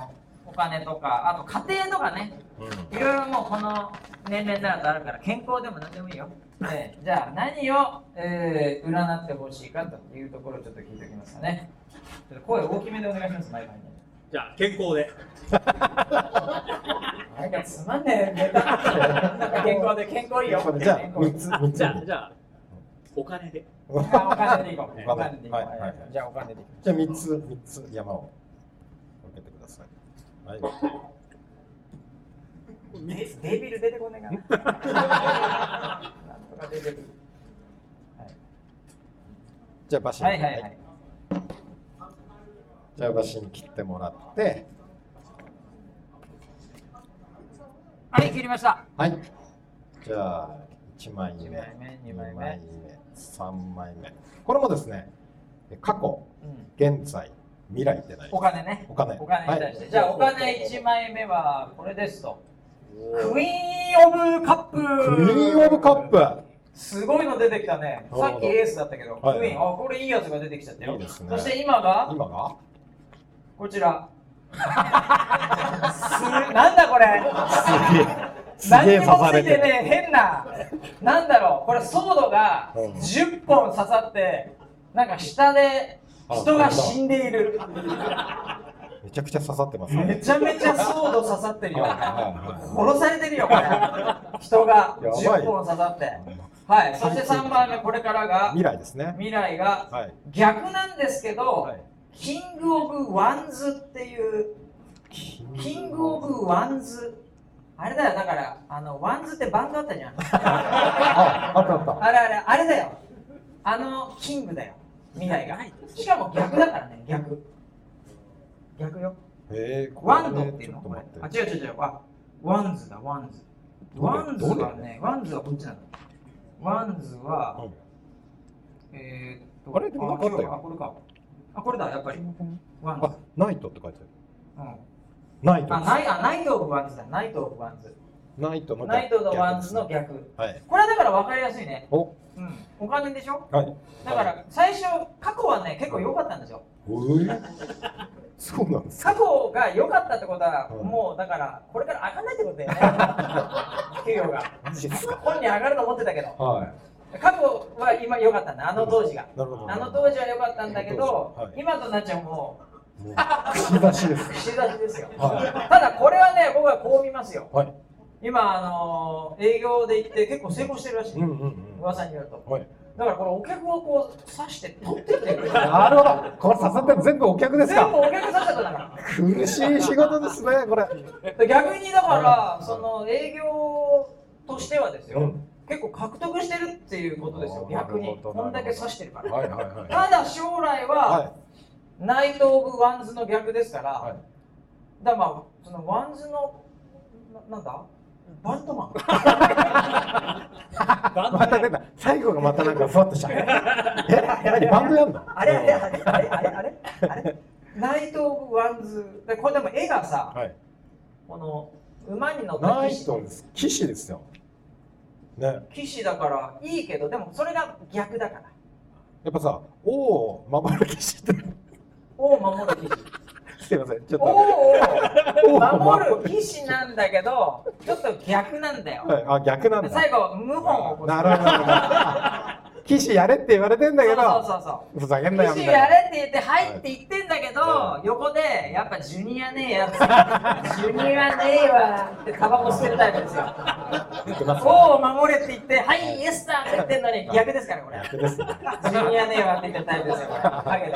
[SPEAKER 1] ーお金とか、あと家庭とかね、
[SPEAKER 2] うん
[SPEAKER 1] いろいろもうこの年齢になるとあるから、健康でも何でもいいよ。ええ、じゃあ何を、えー占ってほしいかというところをちょっと聞いておきますかね。ちょっと声大きめでお願いします、毎回ね。
[SPEAKER 6] じゃあ健康で
[SPEAKER 1] なん かつまんねえ、ネタ。なんか健康で健康いいよ。
[SPEAKER 2] じゃあ三つ三つ
[SPEAKER 6] じゃあじゃあ
[SPEAKER 4] お金で。
[SPEAKER 1] お金でいこう。お金でいこ。
[SPEAKER 2] はいはいう
[SPEAKER 1] じゃあお金でいこ
[SPEAKER 2] じゃあ3つ、三つ山を分けてください。はい。
[SPEAKER 1] う。デデビル出てこねえか な。なんとか出てくる。
[SPEAKER 2] じゃあ馬車に、
[SPEAKER 1] はいはいはい。
[SPEAKER 2] じゃあ馬車に切ってもらって、
[SPEAKER 1] はい、切りました。
[SPEAKER 2] はい。じゃあ1枚目、
[SPEAKER 1] 1枚目、
[SPEAKER 2] 2枚目、
[SPEAKER 1] 2枚目。
[SPEAKER 2] 3枚目。これもですね、過去、
[SPEAKER 1] うん
[SPEAKER 2] 現在、未来ってない。
[SPEAKER 1] お金ね。
[SPEAKER 2] お金。
[SPEAKER 1] お金に対して。じゃあお金1枚目はこれですと。クイーン・オブ・カップ
[SPEAKER 2] クイーンオブカップ。
[SPEAKER 1] すごいの出てきたね。
[SPEAKER 2] なるほど
[SPEAKER 1] さっきエースだったけど、
[SPEAKER 2] はい
[SPEAKER 1] クイーン、あ、これいいやつが出てきちゃったよ。
[SPEAKER 2] いいですね
[SPEAKER 1] そして今が、
[SPEAKER 2] 今が
[SPEAKER 1] こちら。すなんだこれ
[SPEAKER 2] すげ
[SPEAKER 1] 何
[SPEAKER 2] え刺
[SPEAKER 1] にも
[SPEAKER 2] さ
[SPEAKER 1] つ
[SPEAKER 2] れ
[SPEAKER 1] いて
[SPEAKER 2] てる。
[SPEAKER 1] ねえ変ななんだろうこれソードが
[SPEAKER 2] うん
[SPEAKER 1] 10本刺さってなんか下で人が死んでいる
[SPEAKER 2] めちゃくちゃ刺さってます
[SPEAKER 1] め
[SPEAKER 2] ね。
[SPEAKER 1] ちゃめちゃソード刺さってるよ
[SPEAKER 2] は
[SPEAKER 1] 殺されてるよこれ人が
[SPEAKER 2] やばい
[SPEAKER 1] 10本刺さってはいそして3番目これから
[SPEAKER 2] い
[SPEAKER 1] が
[SPEAKER 2] 未来ですね。
[SPEAKER 1] 未来が
[SPEAKER 2] はい。
[SPEAKER 1] 逆なんですけど、
[SPEAKER 2] はい
[SPEAKER 1] キング・オブ・ワンズっていう
[SPEAKER 2] キ
[SPEAKER 1] キング・オブ・ワンズあれだよだからあのワンズってバンドあったじゃん
[SPEAKER 2] あ、あったあった。
[SPEAKER 1] あれあれあれだよあのキングだよ未来がしかも逆だからね逆逆よ
[SPEAKER 2] えー、これ
[SPEAKER 1] ワンドっていうの
[SPEAKER 2] ちょっと待って
[SPEAKER 1] あ違う違う違うあワンズだワンズワンズはねワンズはこっちなのワンズは、
[SPEAKER 2] うん
[SPEAKER 1] えー、っと
[SPEAKER 2] あれでもなかったよ
[SPEAKER 1] あこれかあこれだやっぱりワンズ
[SPEAKER 2] あ、ナイトって書いてある。
[SPEAKER 1] うん
[SPEAKER 2] ナイト
[SPEAKER 1] あ
[SPEAKER 2] です。
[SPEAKER 1] ナイあナイト・オブ・ワンズだナイト・オブ・ワンズ
[SPEAKER 2] ナイトの逆
[SPEAKER 1] ナイト・オブ・ワンズの。逆
[SPEAKER 2] はい。
[SPEAKER 1] これはだから分かりやすいね
[SPEAKER 2] お、
[SPEAKER 1] うんお金でしょ
[SPEAKER 2] はい。
[SPEAKER 1] だから最初過去はね結構良かったんですよ
[SPEAKER 2] えー、そうなんですか。
[SPEAKER 1] 過去が良かったってことは、
[SPEAKER 2] うん
[SPEAKER 1] もうだからこれから上がんないってことだ よね給与が
[SPEAKER 2] マジですか。
[SPEAKER 1] 本人上がると思ってたけど
[SPEAKER 2] は
[SPEAKER 1] 過去は今良かったんだあの当時が
[SPEAKER 2] い。なるほど。
[SPEAKER 1] あの当時は良かったんだけど、
[SPEAKER 2] はい
[SPEAKER 1] 今となっちゃも
[SPEAKER 2] もう口出しです
[SPEAKER 1] う。串刺しですよ、
[SPEAKER 2] は
[SPEAKER 1] ただこれはね僕はこう見ますよ
[SPEAKER 2] はい。
[SPEAKER 1] 今あのー営業で行って結構成功してるらしい、
[SPEAKER 2] うんうんうん。は
[SPEAKER 1] 噂によると
[SPEAKER 2] い。
[SPEAKER 1] だからこれお客をこう刺して取ってってる
[SPEAKER 2] なるほど。これ刺さってる全部お客です
[SPEAKER 1] 全部
[SPEAKER 2] か。
[SPEAKER 1] お客刺しちゃったんだから
[SPEAKER 2] 苦しい仕事ですね、これ。
[SPEAKER 1] で逆にだか
[SPEAKER 2] う
[SPEAKER 1] ら
[SPEAKER 2] ん
[SPEAKER 1] その営業としてはですよ、
[SPEAKER 2] うん
[SPEAKER 1] 結構獲得してるっていうことですよ
[SPEAKER 2] あー
[SPEAKER 1] 逆
[SPEAKER 2] な
[SPEAKER 1] に
[SPEAKER 2] るほど
[SPEAKER 1] こんだけ刺してるから、
[SPEAKER 2] はいはいはい。
[SPEAKER 1] ただ将来は、
[SPEAKER 2] は
[SPEAKER 1] ナイト・オブ・ワンズの逆ですから、
[SPEAKER 2] い。はい。
[SPEAKER 1] だからまあそのワンズのななんだバンドマン
[SPEAKER 2] また出た。最後がまたなんかふわっとした。え、何バンドやんの？
[SPEAKER 1] あれあれあれあれあれあれあれナイト・オブ・ワンズでこれでも絵がさ、
[SPEAKER 2] はい。
[SPEAKER 1] この馬に乗った
[SPEAKER 2] ナ
[SPEAKER 1] 騎
[SPEAKER 2] イ
[SPEAKER 1] 士
[SPEAKER 2] トです。騎士ですよ。ね。
[SPEAKER 1] 騎士だからいいけどでもそれが逆だから
[SPEAKER 2] やっぱさ、王を守る騎士って。
[SPEAKER 1] 王を守る騎士
[SPEAKER 2] すいません。ちょっと。
[SPEAKER 1] お
[SPEAKER 2] 王
[SPEAKER 1] お
[SPEAKER 2] を
[SPEAKER 1] 守る騎士なんだけどちょっと逆なんだよ
[SPEAKER 2] はいあ、逆なんだ。
[SPEAKER 1] 最後謀反を起こす
[SPEAKER 2] なるほどなるほどあ。騎士やれって言われてんだけ
[SPEAKER 1] そう
[SPEAKER 2] ど、
[SPEAKER 1] そうそ
[SPEAKER 2] ふざけん
[SPEAKER 1] う
[SPEAKER 2] な
[SPEAKER 1] そう
[SPEAKER 2] よ
[SPEAKER 1] 騎士
[SPEAKER 2] みたいな
[SPEAKER 1] や。れって言って「はい」って言ってんだけど、
[SPEAKER 2] は
[SPEAKER 1] 横でやっぱジュニアねえ やつジュニアねえわってタバコ吸ってるタイプですよ
[SPEAKER 2] 言ってますね
[SPEAKER 1] 王を守れって言って「はいイエスだ!」って言ってんのに逆ですからこれ
[SPEAKER 2] 逆ですね。
[SPEAKER 1] ジュニアねえわって言ってるタイプですよこれ陰で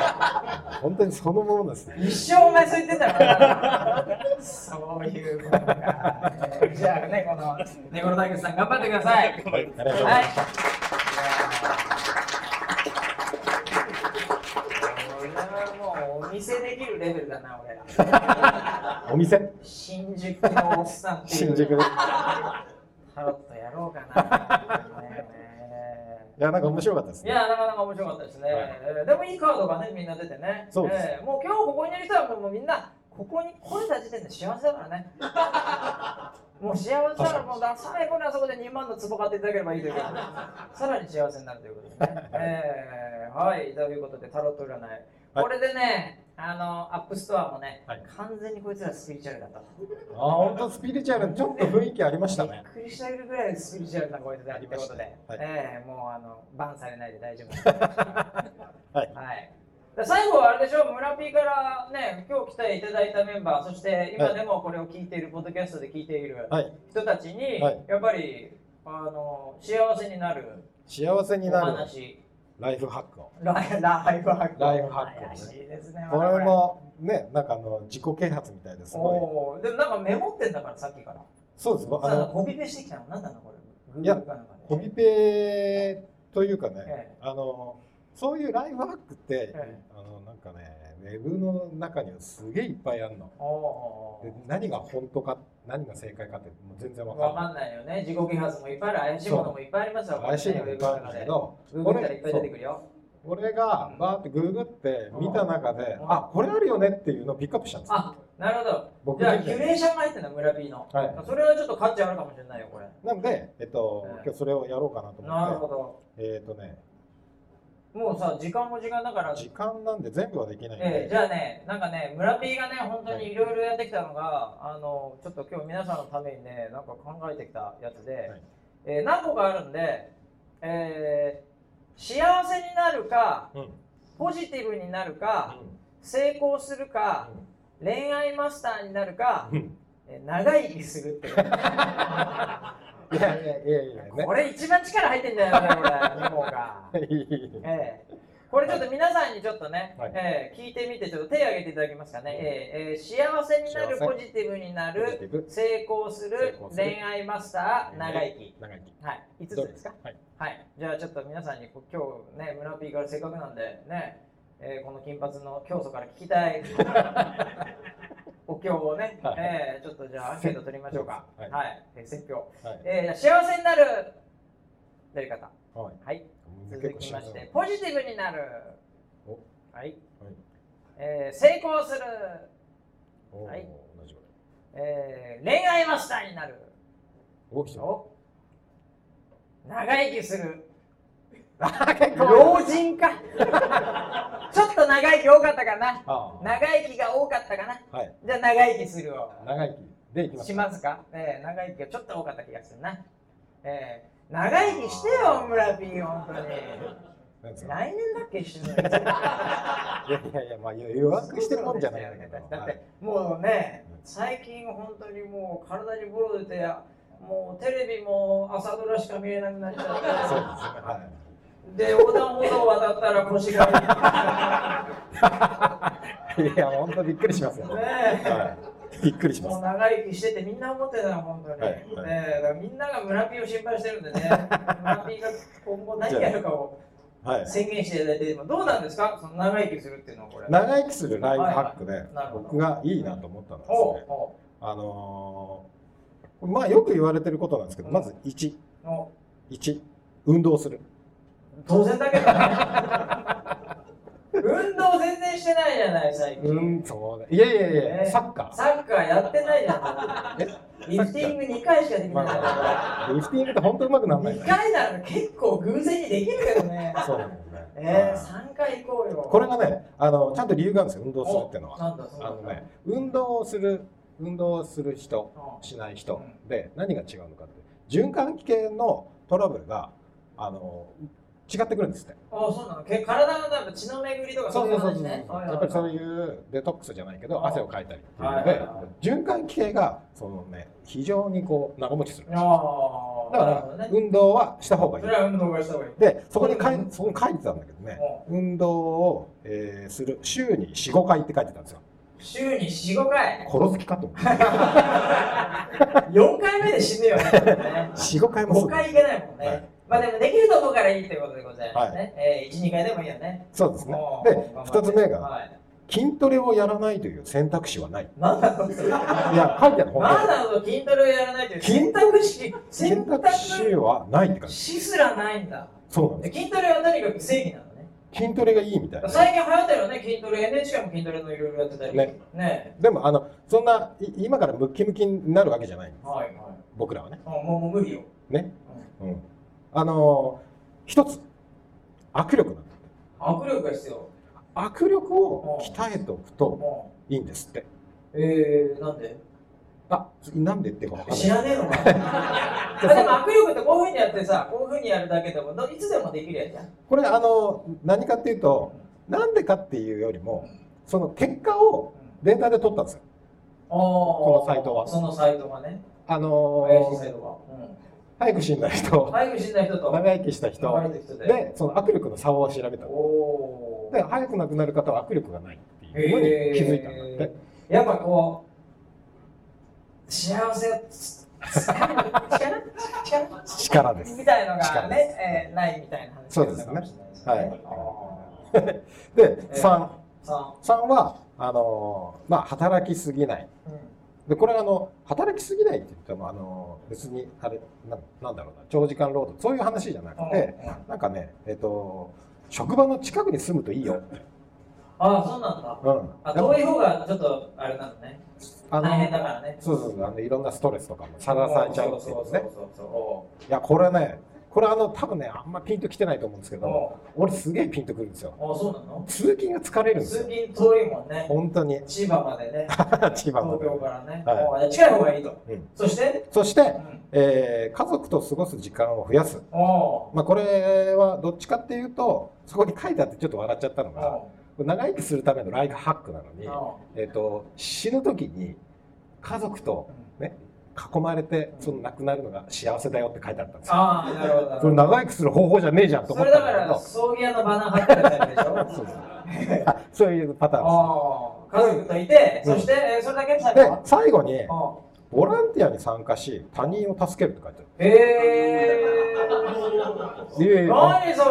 [SPEAKER 2] 本当にそのものですね。
[SPEAKER 1] 一生お前そう言ってたらそういうことか、えーじゃあねこの根室大吉さん頑張ってください
[SPEAKER 2] はい、ありがとうござ
[SPEAKER 1] はいい
[SPEAKER 2] ます。
[SPEAKER 1] いやーこれはもうお見せできるレベルだな俺ら
[SPEAKER 2] お店、
[SPEAKER 1] 新宿のおっさんっていう
[SPEAKER 2] 新宿で。い
[SPEAKER 1] タロットやろうか な、ね
[SPEAKER 2] や、なんか面白かったです
[SPEAKER 1] い
[SPEAKER 2] ね。
[SPEAKER 1] やーなかなか面白かったですね、
[SPEAKER 2] はい
[SPEAKER 1] えーでもいいカードがねみんな出てね
[SPEAKER 2] そうです
[SPEAKER 1] えーもう今日ここにいる人はもうもうみんなここに来れた時点で幸せだからね もう幸せだからもうだ最後にあそこで2万の壺買っていただければいいということでさらに幸せになるということですねえーはいということでタロット占い、
[SPEAKER 2] はい
[SPEAKER 1] これでねあのアップストアもね、
[SPEAKER 2] はい
[SPEAKER 1] 完全にこいつらスピリチュアルだった
[SPEAKER 2] あ、本当スピリチュアル、ちょっと雰囲気ありました
[SPEAKER 1] びっ
[SPEAKER 2] ね。
[SPEAKER 1] くりしたぐらいスピリチュアルな声でありましたね。
[SPEAKER 2] はい
[SPEAKER 1] ええもうあのバンされないで大丈夫です。は。
[SPEAKER 2] はい
[SPEAKER 1] だから最後はあれでしょ村 P からね今日来ていただいたメンバーそして今
[SPEAKER 2] はい
[SPEAKER 1] でもこれを聞いているポッドキャストで聞いている
[SPEAKER 2] はい、
[SPEAKER 1] 人たちに、
[SPEAKER 2] はい
[SPEAKER 1] やっぱりあの幸せになる
[SPEAKER 2] 幸せに
[SPEAKER 1] お
[SPEAKER 2] なる
[SPEAKER 1] 話。
[SPEAKER 2] ライフハックを。
[SPEAKER 1] ライライフハック。
[SPEAKER 2] ライフハックね
[SPEAKER 1] 怪しいですね。
[SPEAKER 2] これもね、なんかあの自己啓発みたいですごい。
[SPEAKER 1] おお、でもなんかメモってんだからさっきから。
[SPEAKER 2] そうです。あ
[SPEAKER 1] さあ
[SPEAKER 2] の
[SPEAKER 1] コピペしてきたのなんなのこれ。
[SPEAKER 2] いや
[SPEAKER 1] Google かなんかで
[SPEAKER 2] コピペというかね、
[SPEAKER 1] え
[SPEAKER 2] あのそういうライフハックって、
[SPEAKER 1] え
[SPEAKER 2] あのなんかね、ウェブの中にはすげえいっぱいあるの。
[SPEAKER 1] おお
[SPEAKER 2] で何が本当か、何が正解かってもう全然わ
[SPEAKER 1] わ
[SPEAKER 2] か
[SPEAKER 1] かんないよね。自己啓発もいっぱいある。怪しいものもいっぱいありますよ。
[SPEAKER 2] んない。怪しいのがいっぱいあるんだけど、
[SPEAKER 1] ググ
[SPEAKER 2] こ
[SPEAKER 1] ったらい
[SPEAKER 2] れ
[SPEAKER 1] っぱい出てくるよ。
[SPEAKER 2] そう俺がバーってグーグって見た中で
[SPEAKER 1] う、ん
[SPEAKER 2] あこれあるよねっていうのをピックアップしたんですよ。
[SPEAKER 1] あ、なるほど。
[SPEAKER 2] 僕
[SPEAKER 1] じゃあ、
[SPEAKER 2] 自
[SPEAKER 1] キ
[SPEAKER 2] 身
[SPEAKER 1] ュレーションが入ってんだ、村 P の。
[SPEAKER 2] はい
[SPEAKER 1] それはちょっと価値あるかもしれないよ、これ。
[SPEAKER 2] なんで、えっと
[SPEAKER 1] ええ、
[SPEAKER 2] 今日それをやろうかなと
[SPEAKER 1] なる
[SPEAKER 2] 思
[SPEAKER 1] ほ
[SPEAKER 2] っ
[SPEAKER 1] ど。
[SPEAKER 2] て、えっとね、
[SPEAKER 1] もうさ、時間も時間だから。
[SPEAKER 2] 時間なんで全部はできないん
[SPEAKER 1] ええじ
[SPEAKER 2] で、
[SPEAKER 1] ゃあね、なんかね、村 P がね、本当にいろいろやってきたのが、あの、ちょっと今日皆さんのためにね、なんか考えてきたやつで、
[SPEAKER 2] はい
[SPEAKER 1] えー何個かあるんで、えー幸せになるか、
[SPEAKER 2] うん、うん、
[SPEAKER 1] ポジティブになるか、成功するか、恋愛マスターになるか、
[SPEAKER 2] うん
[SPEAKER 1] えー長生きするっていう。
[SPEAKER 2] いやいやいやいや、ね
[SPEAKER 1] これ一番力入ってんじゃないのこれ、日本が。 ええこれちょっと皆さんにちょっとね、
[SPEAKER 2] はい
[SPEAKER 1] ええ聞いてみて、ちょっと手を挙げていただけますかね。ええええ幸せになる、
[SPEAKER 2] 幸
[SPEAKER 1] ポ
[SPEAKER 2] せ
[SPEAKER 1] ジティブにな
[SPEAKER 2] ポジテ
[SPEAKER 1] る、
[SPEAKER 2] ィブ
[SPEAKER 1] 成功す
[SPEAKER 2] 成
[SPEAKER 1] る、
[SPEAKER 2] 功する
[SPEAKER 1] 恋愛マスター、長生き。
[SPEAKER 2] 長生き。
[SPEAKER 1] はい、5つですか
[SPEAKER 2] はい。
[SPEAKER 1] はい、じゃあちょっと皆さんにこ今日ね、村 P からせっかくなんで、ね、えーこの金髪の教祖から聞きたいお経をね、
[SPEAKER 2] はい
[SPEAKER 1] えーちょっとじゃあアンケート取りましょうか。は、
[SPEAKER 2] はいい
[SPEAKER 1] えー説教、
[SPEAKER 2] はい
[SPEAKER 1] えー幸せになるやり方。
[SPEAKER 2] はい。
[SPEAKER 1] はい、続きま
[SPEAKER 2] 結
[SPEAKER 1] し
[SPEAKER 2] 構
[SPEAKER 1] て、ポジティブになる。
[SPEAKER 2] お
[SPEAKER 1] はい、
[SPEAKER 2] はい
[SPEAKER 1] えー成功する、
[SPEAKER 2] おー
[SPEAKER 1] はい
[SPEAKER 2] 同じぐらい。
[SPEAKER 1] えー恋愛マスターになる。
[SPEAKER 2] 大きさ。
[SPEAKER 1] お長生きする。
[SPEAKER 2] 結
[SPEAKER 1] 老人か ちょっと長生き多かったかな
[SPEAKER 2] ああ
[SPEAKER 1] 長生きが多かったかな
[SPEAKER 2] はい。
[SPEAKER 1] じゃあ長生きするを
[SPEAKER 2] 長生きでいきます。
[SPEAKER 1] しますか、ええ長生きがちょっと多かった気がするな、ええ長生きしてよ村 P 本当に
[SPEAKER 2] なんですか
[SPEAKER 1] 来年だっけ一緒にだ
[SPEAKER 2] いやいやいや、まあ弱くしてるもんじゃないん だけど。
[SPEAKER 1] ってもうね最近本当にもう体にボロ出てもうテレビも朝ドラしか見えなくなっちゃっ
[SPEAKER 2] はい
[SPEAKER 1] た
[SPEAKER 2] そうですね。はい。
[SPEAKER 1] で横断歩道渡ったら腰が
[SPEAKER 2] いや、本当びっくりしま すよ。
[SPEAKER 1] ねえ
[SPEAKER 2] はい、びっくりしま
[SPEAKER 1] もう
[SPEAKER 2] す。
[SPEAKER 1] 長生きしててみんな思ってたよ、本当に。
[SPEAKER 2] はいはい
[SPEAKER 1] ねえだからみんなが村ピーを心配してるん でね、村ピーが今後何やるかを
[SPEAKER 2] はい、
[SPEAKER 1] 宣言していただいて、今どうなんですか、その長生きするっていうのはこれ。
[SPEAKER 2] 長生きするライフハックで
[SPEAKER 1] なるほど
[SPEAKER 2] 僕がいいなと思ったのはで
[SPEAKER 1] お
[SPEAKER 2] す
[SPEAKER 1] う
[SPEAKER 2] ね。
[SPEAKER 1] お
[SPEAKER 2] あのーまあよく言われてることなんですけど、まず1、
[SPEAKER 1] うお
[SPEAKER 2] 1、運動する。
[SPEAKER 1] う当然だけどね。 運動全然してないじゃない、最近。
[SPEAKER 2] うん、そうねいやいやいや、
[SPEAKER 1] ね
[SPEAKER 2] サッカ
[SPEAKER 1] サッカーやってないじゃ
[SPEAKER 2] え
[SPEAKER 1] ん。リフティング2回しかでき
[SPEAKER 2] ー。
[SPEAKER 1] ない
[SPEAKER 2] まあ、リフティングって本当うまくならない
[SPEAKER 1] 2。回なら結構偶然にできるけど ね。
[SPEAKER 2] そうなんですね。
[SPEAKER 1] えー、
[SPEAKER 2] はい
[SPEAKER 1] 3回行こうよ。
[SPEAKER 2] これがね、あのちゃんと理由があるんですよ。運動するっていうの
[SPEAKER 1] お
[SPEAKER 2] は。
[SPEAKER 1] なんだ、そう
[SPEAKER 2] あ
[SPEAKER 1] な
[SPEAKER 2] の
[SPEAKER 1] んだ。
[SPEAKER 2] ね、運動をする運動をする人。
[SPEAKER 1] うん
[SPEAKER 2] しない人
[SPEAKER 1] う
[SPEAKER 2] で何が違うのかって循環器系のトラブルがあの違ってくるんですって
[SPEAKER 1] ああ、そうなの。け体のなんか血の巡りとかい話ねはい
[SPEAKER 2] やっぱりそう
[SPEAKER 1] う。
[SPEAKER 2] いうデトックスじゃないけ
[SPEAKER 1] あ
[SPEAKER 2] ど
[SPEAKER 1] あ
[SPEAKER 2] 汗をかいたりって
[SPEAKER 1] はいはい
[SPEAKER 2] いう
[SPEAKER 1] は
[SPEAKER 2] ので循環器系がそのね非常にこう長持ちするんですよ
[SPEAKER 1] ああ。
[SPEAKER 2] だか
[SPEAKER 1] なるほど
[SPEAKER 2] ら
[SPEAKER 1] ね。
[SPEAKER 2] 運動はした方がいい
[SPEAKER 1] それは運動がした方がいい。
[SPEAKER 2] でそこにかい
[SPEAKER 1] うん
[SPEAKER 2] そこに書いてたんだけどね
[SPEAKER 1] う
[SPEAKER 2] 運動を、えーする週に45回って書いてたんですよ
[SPEAKER 1] 週に4、5回。
[SPEAKER 2] 殺す気かと思って
[SPEAKER 1] 4回目で死ぬよね。
[SPEAKER 2] 45回もす
[SPEAKER 1] 5
[SPEAKER 2] る
[SPEAKER 1] 回いけないもん
[SPEAKER 2] は
[SPEAKER 1] ね
[SPEAKER 2] い。
[SPEAKER 1] まあでもできると思うからいいということでございますね。えー、1、2回でもいいよね。
[SPEAKER 2] そうですね
[SPEAKER 1] もう
[SPEAKER 2] で2つ目が
[SPEAKER 1] はい。
[SPEAKER 2] 筋トレをやらないという選択肢はない
[SPEAKER 1] なんだろうそれ。ま
[SPEAKER 2] いや、書いてある、本
[SPEAKER 1] あなの筋トレをやらないという選択肢、
[SPEAKER 2] 当に。
[SPEAKER 1] 選
[SPEAKER 2] 選択
[SPEAKER 1] 択
[SPEAKER 2] 肢はないって感じ。
[SPEAKER 1] 肢すらないんだ。
[SPEAKER 2] そうなん
[SPEAKER 1] で
[SPEAKER 2] で
[SPEAKER 1] 筋トレはとにかく正義なのね。
[SPEAKER 2] す。筋トレがいいみたいな。
[SPEAKER 1] 最近流行ってるよね、筋トレ。NHK も筋トレのいろいろやってたり。
[SPEAKER 2] ね
[SPEAKER 1] ね
[SPEAKER 2] でも、あの、そんな、い今からムッキムキになるわけじゃない。
[SPEAKER 1] はいはい。
[SPEAKER 2] 僕らはね。
[SPEAKER 1] あもうもう無理よ。
[SPEAKER 2] ね。うん。あのー一つ。握力なんだ。
[SPEAKER 1] 握力が必要。
[SPEAKER 2] 握力を鍛えておくと
[SPEAKER 1] も
[SPEAKER 2] いいんですって。
[SPEAKER 1] うえー、なんで
[SPEAKER 2] あ、なんでっていうかわかんない。
[SPEAKER 1] 知らねえの かなあでも握力ってこういうふうにやってさ、こういうふうにやるだけでもどいつでもできるやつやん。
[SPEAKER 2] これ、あのー何かっていうと、なんでかっていうよりも、その結果をデータで取ったんですよ。
[SPEAKER 1] こ
[SPEAKER 2] のサイトは
[SPEAKER 1] そのサイトはね。
[SPEAKER 2] あの
[SPEAKER 1] 怪しい
[SPEAKER 2] ー
[SPEAKER 1] サイトは。うん
[SPEAKER 2] 早く死んだ人、
[SPEAKER 1] 早く死んだ人と、
[SPEAKER 2] 長生きした
[SPEAKER 1] 長
[SPEAKER 2] 人
[SPEAKER 1] い人で。
[SPEAKER 2] で、その握力の差を調べたの。
[SPEAKER 1] おー
[SPEAKER 2] で、早く亡くなる方は握力がないっていうの
[SPEAKER 1] へ
[SPEAKER 2] に
[SPEAKER 1] ー
[SPEAKER 2] 気づいたんだって。
[SPEAKER 1] やっぱこう、幸せをつ、つかむ力力
[SPEAKER 2] 力です
[SPEAKER 1] み。たいのが
[SPEAKER 2] 力です
[SPEAKER 1] ね、えーないみたいな話
[SPEAKER 2] そうですね
[SPEAKER 1] だったかもしれないですね。
[SPEAKER 2] はい
[SPEAKER 1] あー
[SPEAKER 2] で、
[SPEAKER 1] えー
[SPEAKER 2] 3、
[SPEAKER 1] さ
[SPEAKER 2] 3は、あのーまあ、働きすぎない。
[SPEAKER 1] あ、うん
[SPEAKER 2] で、これあの、働きすぎないって言っても、あのー別に、あれな、なんだろうな、長時間労働、そういう話じゃなくて、なんかね、えっ、と、職場の近くに住むといいよって。
[SPEAKER 1] ああ、そうなんだ。
[SPEAKER 2] うん。
[SPEAKER 1] あ
[SPEAKER 2] でも
[SPEAKER 1] 遠い方がちょっとあれなのね。
[SPEAKER 2] あの
[SPEAKER 1] 大変だからね。
[SPEAKER 2] そうそうそう、あのいろんなストレスとかもさらされちゃうってい
[SPEAKER 1] そう
[SPEAKER 2] う
[SPEAKER 1] そう
[SPEAKER 2] ね。
[SPEAKER 1] そうそう。
[SPEAKER 2] いや、これね、これあの、多分ね、あんまピンときてないと思うんですけ
[SPEAKER 1] お
[SPEAKER 2] ど、
[SPEAKER 1] お
[SPEAKER 2] 俺すげえピンとくるんですよ。
[SPEAKER 1] おそうなの
[SPEAKER 2] 通勤が疲れるんです
[SPEAKER 1] 通
[SPEAKER 2] よ。
[SPEAKER 1] 勤遠いもんね。
[SPEAKER 2] 本当に。
[SPEAKER 1] 千葉までね、
[SPEAKER 2] 千葉の
[SPEAKER 1] 東京からね。
[SPEAKER 2] はい
[SPEAKER 1] おう近い方がいいと。
[SPEAKER 2] うん
[SPEAKER 1] そして、
[SPEAKER 2] そして
[SPEAKER 1] う、ん、
[SPEAKER 2] えー家族と過ごす時間を増やす。
[SPEAKER 1] おお
[SPEAKER 2] まあ、これはどっちかっていうと、そこに書いてあってちょっと笑っちゃったの
[SPEAKER 1] お
[SPEAKER 2] が、長生きするためのライフハックなのに、
[SPEAKER 1] お
[SPEAKER 2] えっと、死ぬ時に家族とね、囲まれて、その亡くなるのが幸せだよって書いてあったんですよ。
[SPEAKER 1] ああ、なるほどなる
[SPEAKER 2] そ
[SPEAKER 1] ほ
[SPEAKER 2] れ
[SPEAKER 1] ど。
[SPEAKER 2] 長生きする方法じゃねえじゃん
[SPEAKER 1] そ
[SPEAKER 2] と思っ
[SPEAKER 1] れだ
[SPEAKER 2] たん
[SPEAKER 1] か
[SPEAKER 2] だけ
[SPEAKER 1] ら、
[SPEAKER 2] ど、
[SPEAKER 1] 葬儀屋のバナー貼ってるやつでしょ。
[SPEAKER 2] そうそうあ そういうパターンで
[SPEAKER 1] おう家族といて、
[SPEAKER 2] うん
[SPEAKER 1] そして、えーそれだけ
[SPEAKER 2] す。
[SPEAKER 1] 最
[SPEAKER 2] で
[SPEAKER 1] 後、
[SPEAKER 2] 最後に、
[SPEAKER 1] おう
[SPEAKER 2] ボランティアに参加し、他人を助けるって書いて
[SPEAKER 1] へ え。
[SPEAKER 2] ある。いやいや
[SPEAKER 1] 何そ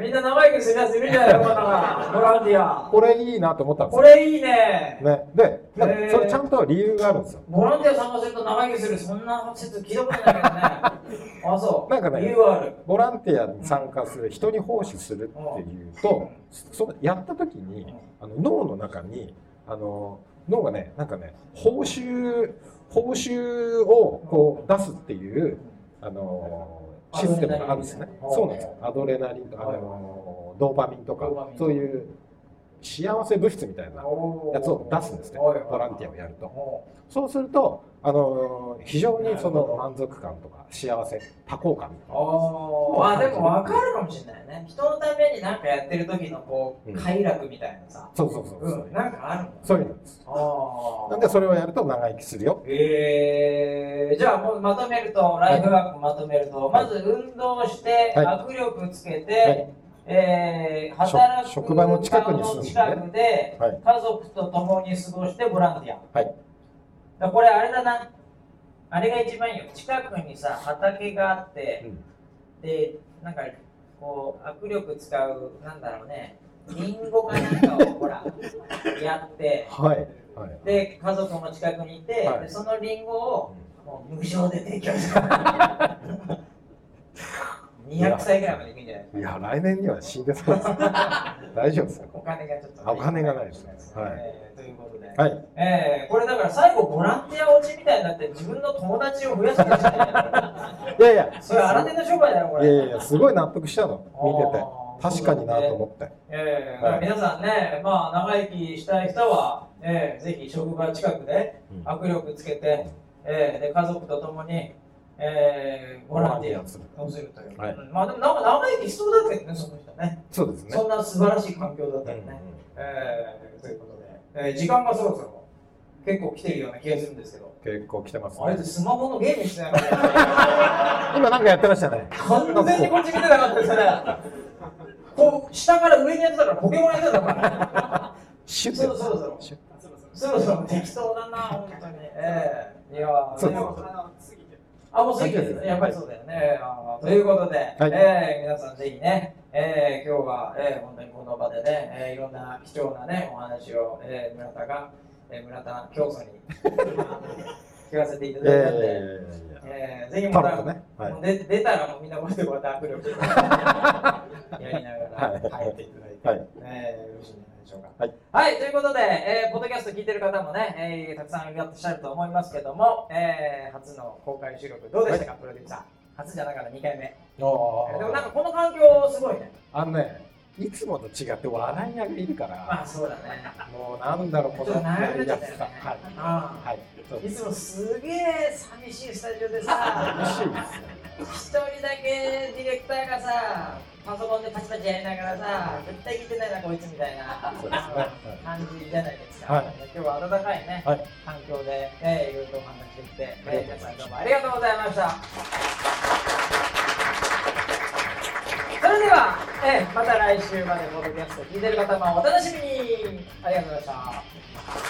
[SPEAKER 1] れみんな長生きするやついるじゃないのかなボランティア
[SPEAKER 2] これいいなと思ったんです
[SPEAKER 1] こ
[SPEAKER 2] よ。
[SPEAKER 1] れいいね
[SPEAKER 2] ね、で、なんか
[SPEAKER 1] へー
[SPEAKER 2] それちゃんと理由があるんですよ。
[SPEAKER 1] ボランティア参加すると長生きするそんな説聞いたことないけどねあそう
[SPEAKER 2] なんかね
[SPEAKER 1] 理由はある
[SPEAKER 2] ボランティアに参加する、人に奉仕するっていうと、そのやった時にあの脳の中にあの脳がね、なんかね、報酬報酬をこう出すっていうあのシステムがあるんですね。そうなんですよ。アドレナリンとかあのドーパミンとか
[SPEAKER 1] ドーパミン
[SPEAKER 2] そういう幸せ物質みたいな
[SPEAKER 1] おー
[SPEAKER 2] やつを出すんですね。
[SPEAKER 1] おいおい
[SPEAKER 2] ボランティアをやると。
[SPEAKER 1] お
[SPEAKER 2] そうすると、あのー非常にその満足感とか幸せ、多幸感みたい
[SPEAKER 1] ー
[SPEAKER 2] な
[SPEAKER 1] おーあでも分かるかもしれないね人のために何かやってる時のこ
[SPEAKER 2] う
[SPEAKER 1] うん快楽みたいなさ
[SPEAKER 2] そうそうそう
[SPEAKER 1] う
[SPEAKER 2] そう、
[SPEAKER 1] んなんかあるもん
[SPEAKER 2] そういうのです。
[SPEAKER 1] あー
[SPEAKER 2] なんでそれをやると長生きするよ。
[SPEAKER 1] えー、じゃあもうまとめると、ライフワークまとめると、
[SPEAKER 2] はい
[SPEAKER 1] まず運動して、
[SPEAKER 2] はい
[SPEAKER 1] 握力つけて、
[SPEAKER 2] はい
[SPEAKER 1] えー
[SPEAKER 2] しょ
[SPEAKER 1] 働く
[SPEAKER 2] 職場の近くに住んで
[SPEAKER 1] 職場の近くで
[SPEAKER 2] はい
[SPEAKER 1] 家族と共に過ごしてボランティア。
[SPEAKER 2] はい
[SPEAKER 1] だからこれあれだな、あれが一番いいよ。近くにさ、畑があって、
[SPEAKER 2] うん
[SPEAKER 1] で、なんかこう、握力使う、なんだろうね、リンゴかなんかをほら、やって、
[SPEAKER 2] はい。はい。
[SPEAKER 1] で、家族も近くにいて、
[SPEAKER 2] はい
[SPEAKER 1] でそのリンゴをもう無償で提供する。200歳ぐらいまでいくんじゃないですか。
[SPEAKER 2] いや、来年には死んで そうです。大丈夫ですよ。
[SPEAKER 1] お金がちょっとね、
[SPEAKER 2] あお金がないですねはい
[SPEAKER 1] えーということで、
[SPEAKER 2] はい。
[SPEAKER 1] えーこれだから最後、ボランティア落ちみたいになって、自分の友達を増やすんじゃ
[SPEAKER 2] いやいや、
[SPEAKER 1] ないそれ、新手の商売だよ、こ
[SPEAKER 2] い
[SPEAKER 1] れ。
[SPEAKER 2] やいや、すごい納得したの。
[SPEAKER 1] あー
[SPEAKER 2] 見てて。確かになと思って。
[SPEAKER 1] えー
[SPEAKER 2] はい
[SPEAKER 1] 皆さんね、まあ、長生きしたい人は、えーぜひ職場近くで
[SPEAKER 2] うん
[SPEAKER 1] 握力つけて、えーで家族と共に、えーボランティア
[SPEAKER 2] する。
[SPEAKER 1] をするという、
[SPEAKER 2] はい
[SPEAKER 1] うんまあでもなんか長生きしそうだけどね、その人ね。
[SPEAKER 2] そうですね。
[SPEAKER 1] そんな素晴らしい環境だった
[SPEAKER 2] う
[SPEAKER 1] よね
[SPEAKER 2] ん。
[SPEAKER 1] えーということで、えー時間がそろそろ結構来てるような気がするんですけど、
[SPEAKER 2] 結構来てます
[SPEAKER 1] あれって
[SPEAKER 2] ね。
[SPEAKER 1] スマホのゲームしてないの
[SPEAKER 2] 今なんかやってましたね。
[SPEAKER 1] 完全にこっち見てなかったですね。こう下から上にやってたから、ポケモンやってたから。
[SPEAKER 2] シュッて
[SPEAKER 1] そろそろそろ
[SPEAKER 2] シュッ
[SPEAKER 1] そろそろ適当 だな、本当に。ええいやー
[SPEAKER 2] そう
[SPEAKER 1] で
[SPEAKER 2] そう
[SPEAKER 1] も
[SPEAKER 2] そう
[SPEAKER 1] あ、もう過ぎてる。やっぱりそうだよね。あーということで、
[SPEAKER 2] はい
[SPEAKER 1] えー皆さんぜひね、えー今日は、えー本当にこの場でね、えーいろんな貴重なね、お話を、えー村田が、えー村田教 祖に聞かせていた
[SPEAKER 2] いや
[SPEAKER 1] だいた
[SPEAKER 2] い
[SPEAKER 1] んで、
[SPEAKER 2] やい
[SPEAKER 1] え
[SPEAKER 2] やい
[SPEAKER 1] ーぜひ
[SPEAKER 2] や。
[SPEAKER 1] ま
[SPEAKER 2] パロッ
[SPEAKER 1] た、
[SPEAKER 2] トね。はい
[SPEAKER 1] もう。出出たらもうみんなこうやってこうやって 握力してやりながら帰っていただいて、
[SPEAKER 2] はい
[SPEAKER 1] えーよろしいんじゃないでしょうか。
[SPEAKER 2] はい、
[SPEAKER 1] ということで、えーポッドキャスト聞いてる方もね、えーたくさんいらっしゃると思いますけども、えー初の公開収録どうでしたか、プロデューサー。初じゃなかった2回目。えーでもなんかこの環境すごい ね。
[SPEAKER 2] あのね、いつもと違って笑いがいるから
[SPEAKER 1] まあ、そうだね。
[SPEAKER 2] もうなんだろう、このやつさ。はい。
[SPEAKER 1] あ
[SPEAKER 2] はい。そう
[SPEAKER 1] ーい
[SPEAKER 2] 嬉しい
[SPEAKER 1] つもすげえ寂しいスタジオでさ。
[SPEAKER 2] ですよ。
[SPEAKER 1] 一人だけディレクターがさパソコンでパチパチやりながらさ絶対聞いてないなこいつみたいな
[SPEAKER 2] そうですねはい
[SPEAKER 1] 感じじゃないですか、
[SPEAKER 2] はい
[SPEAKER 1] 今日は暖かいね、
[SPEAKER 2] はい
[SPEAKER 1] 環境で、ね、いろいろとお話できて、
[SPEAKER 2] ありがとうございまし
[SPEAKER 1] 皆さん
[SPEAKER 2] た
[SPEAKER 1] どうもありがとうございましたれでは、えーまた来週までポッドキャスト聞いてる方もお楽しみにありがとうございました。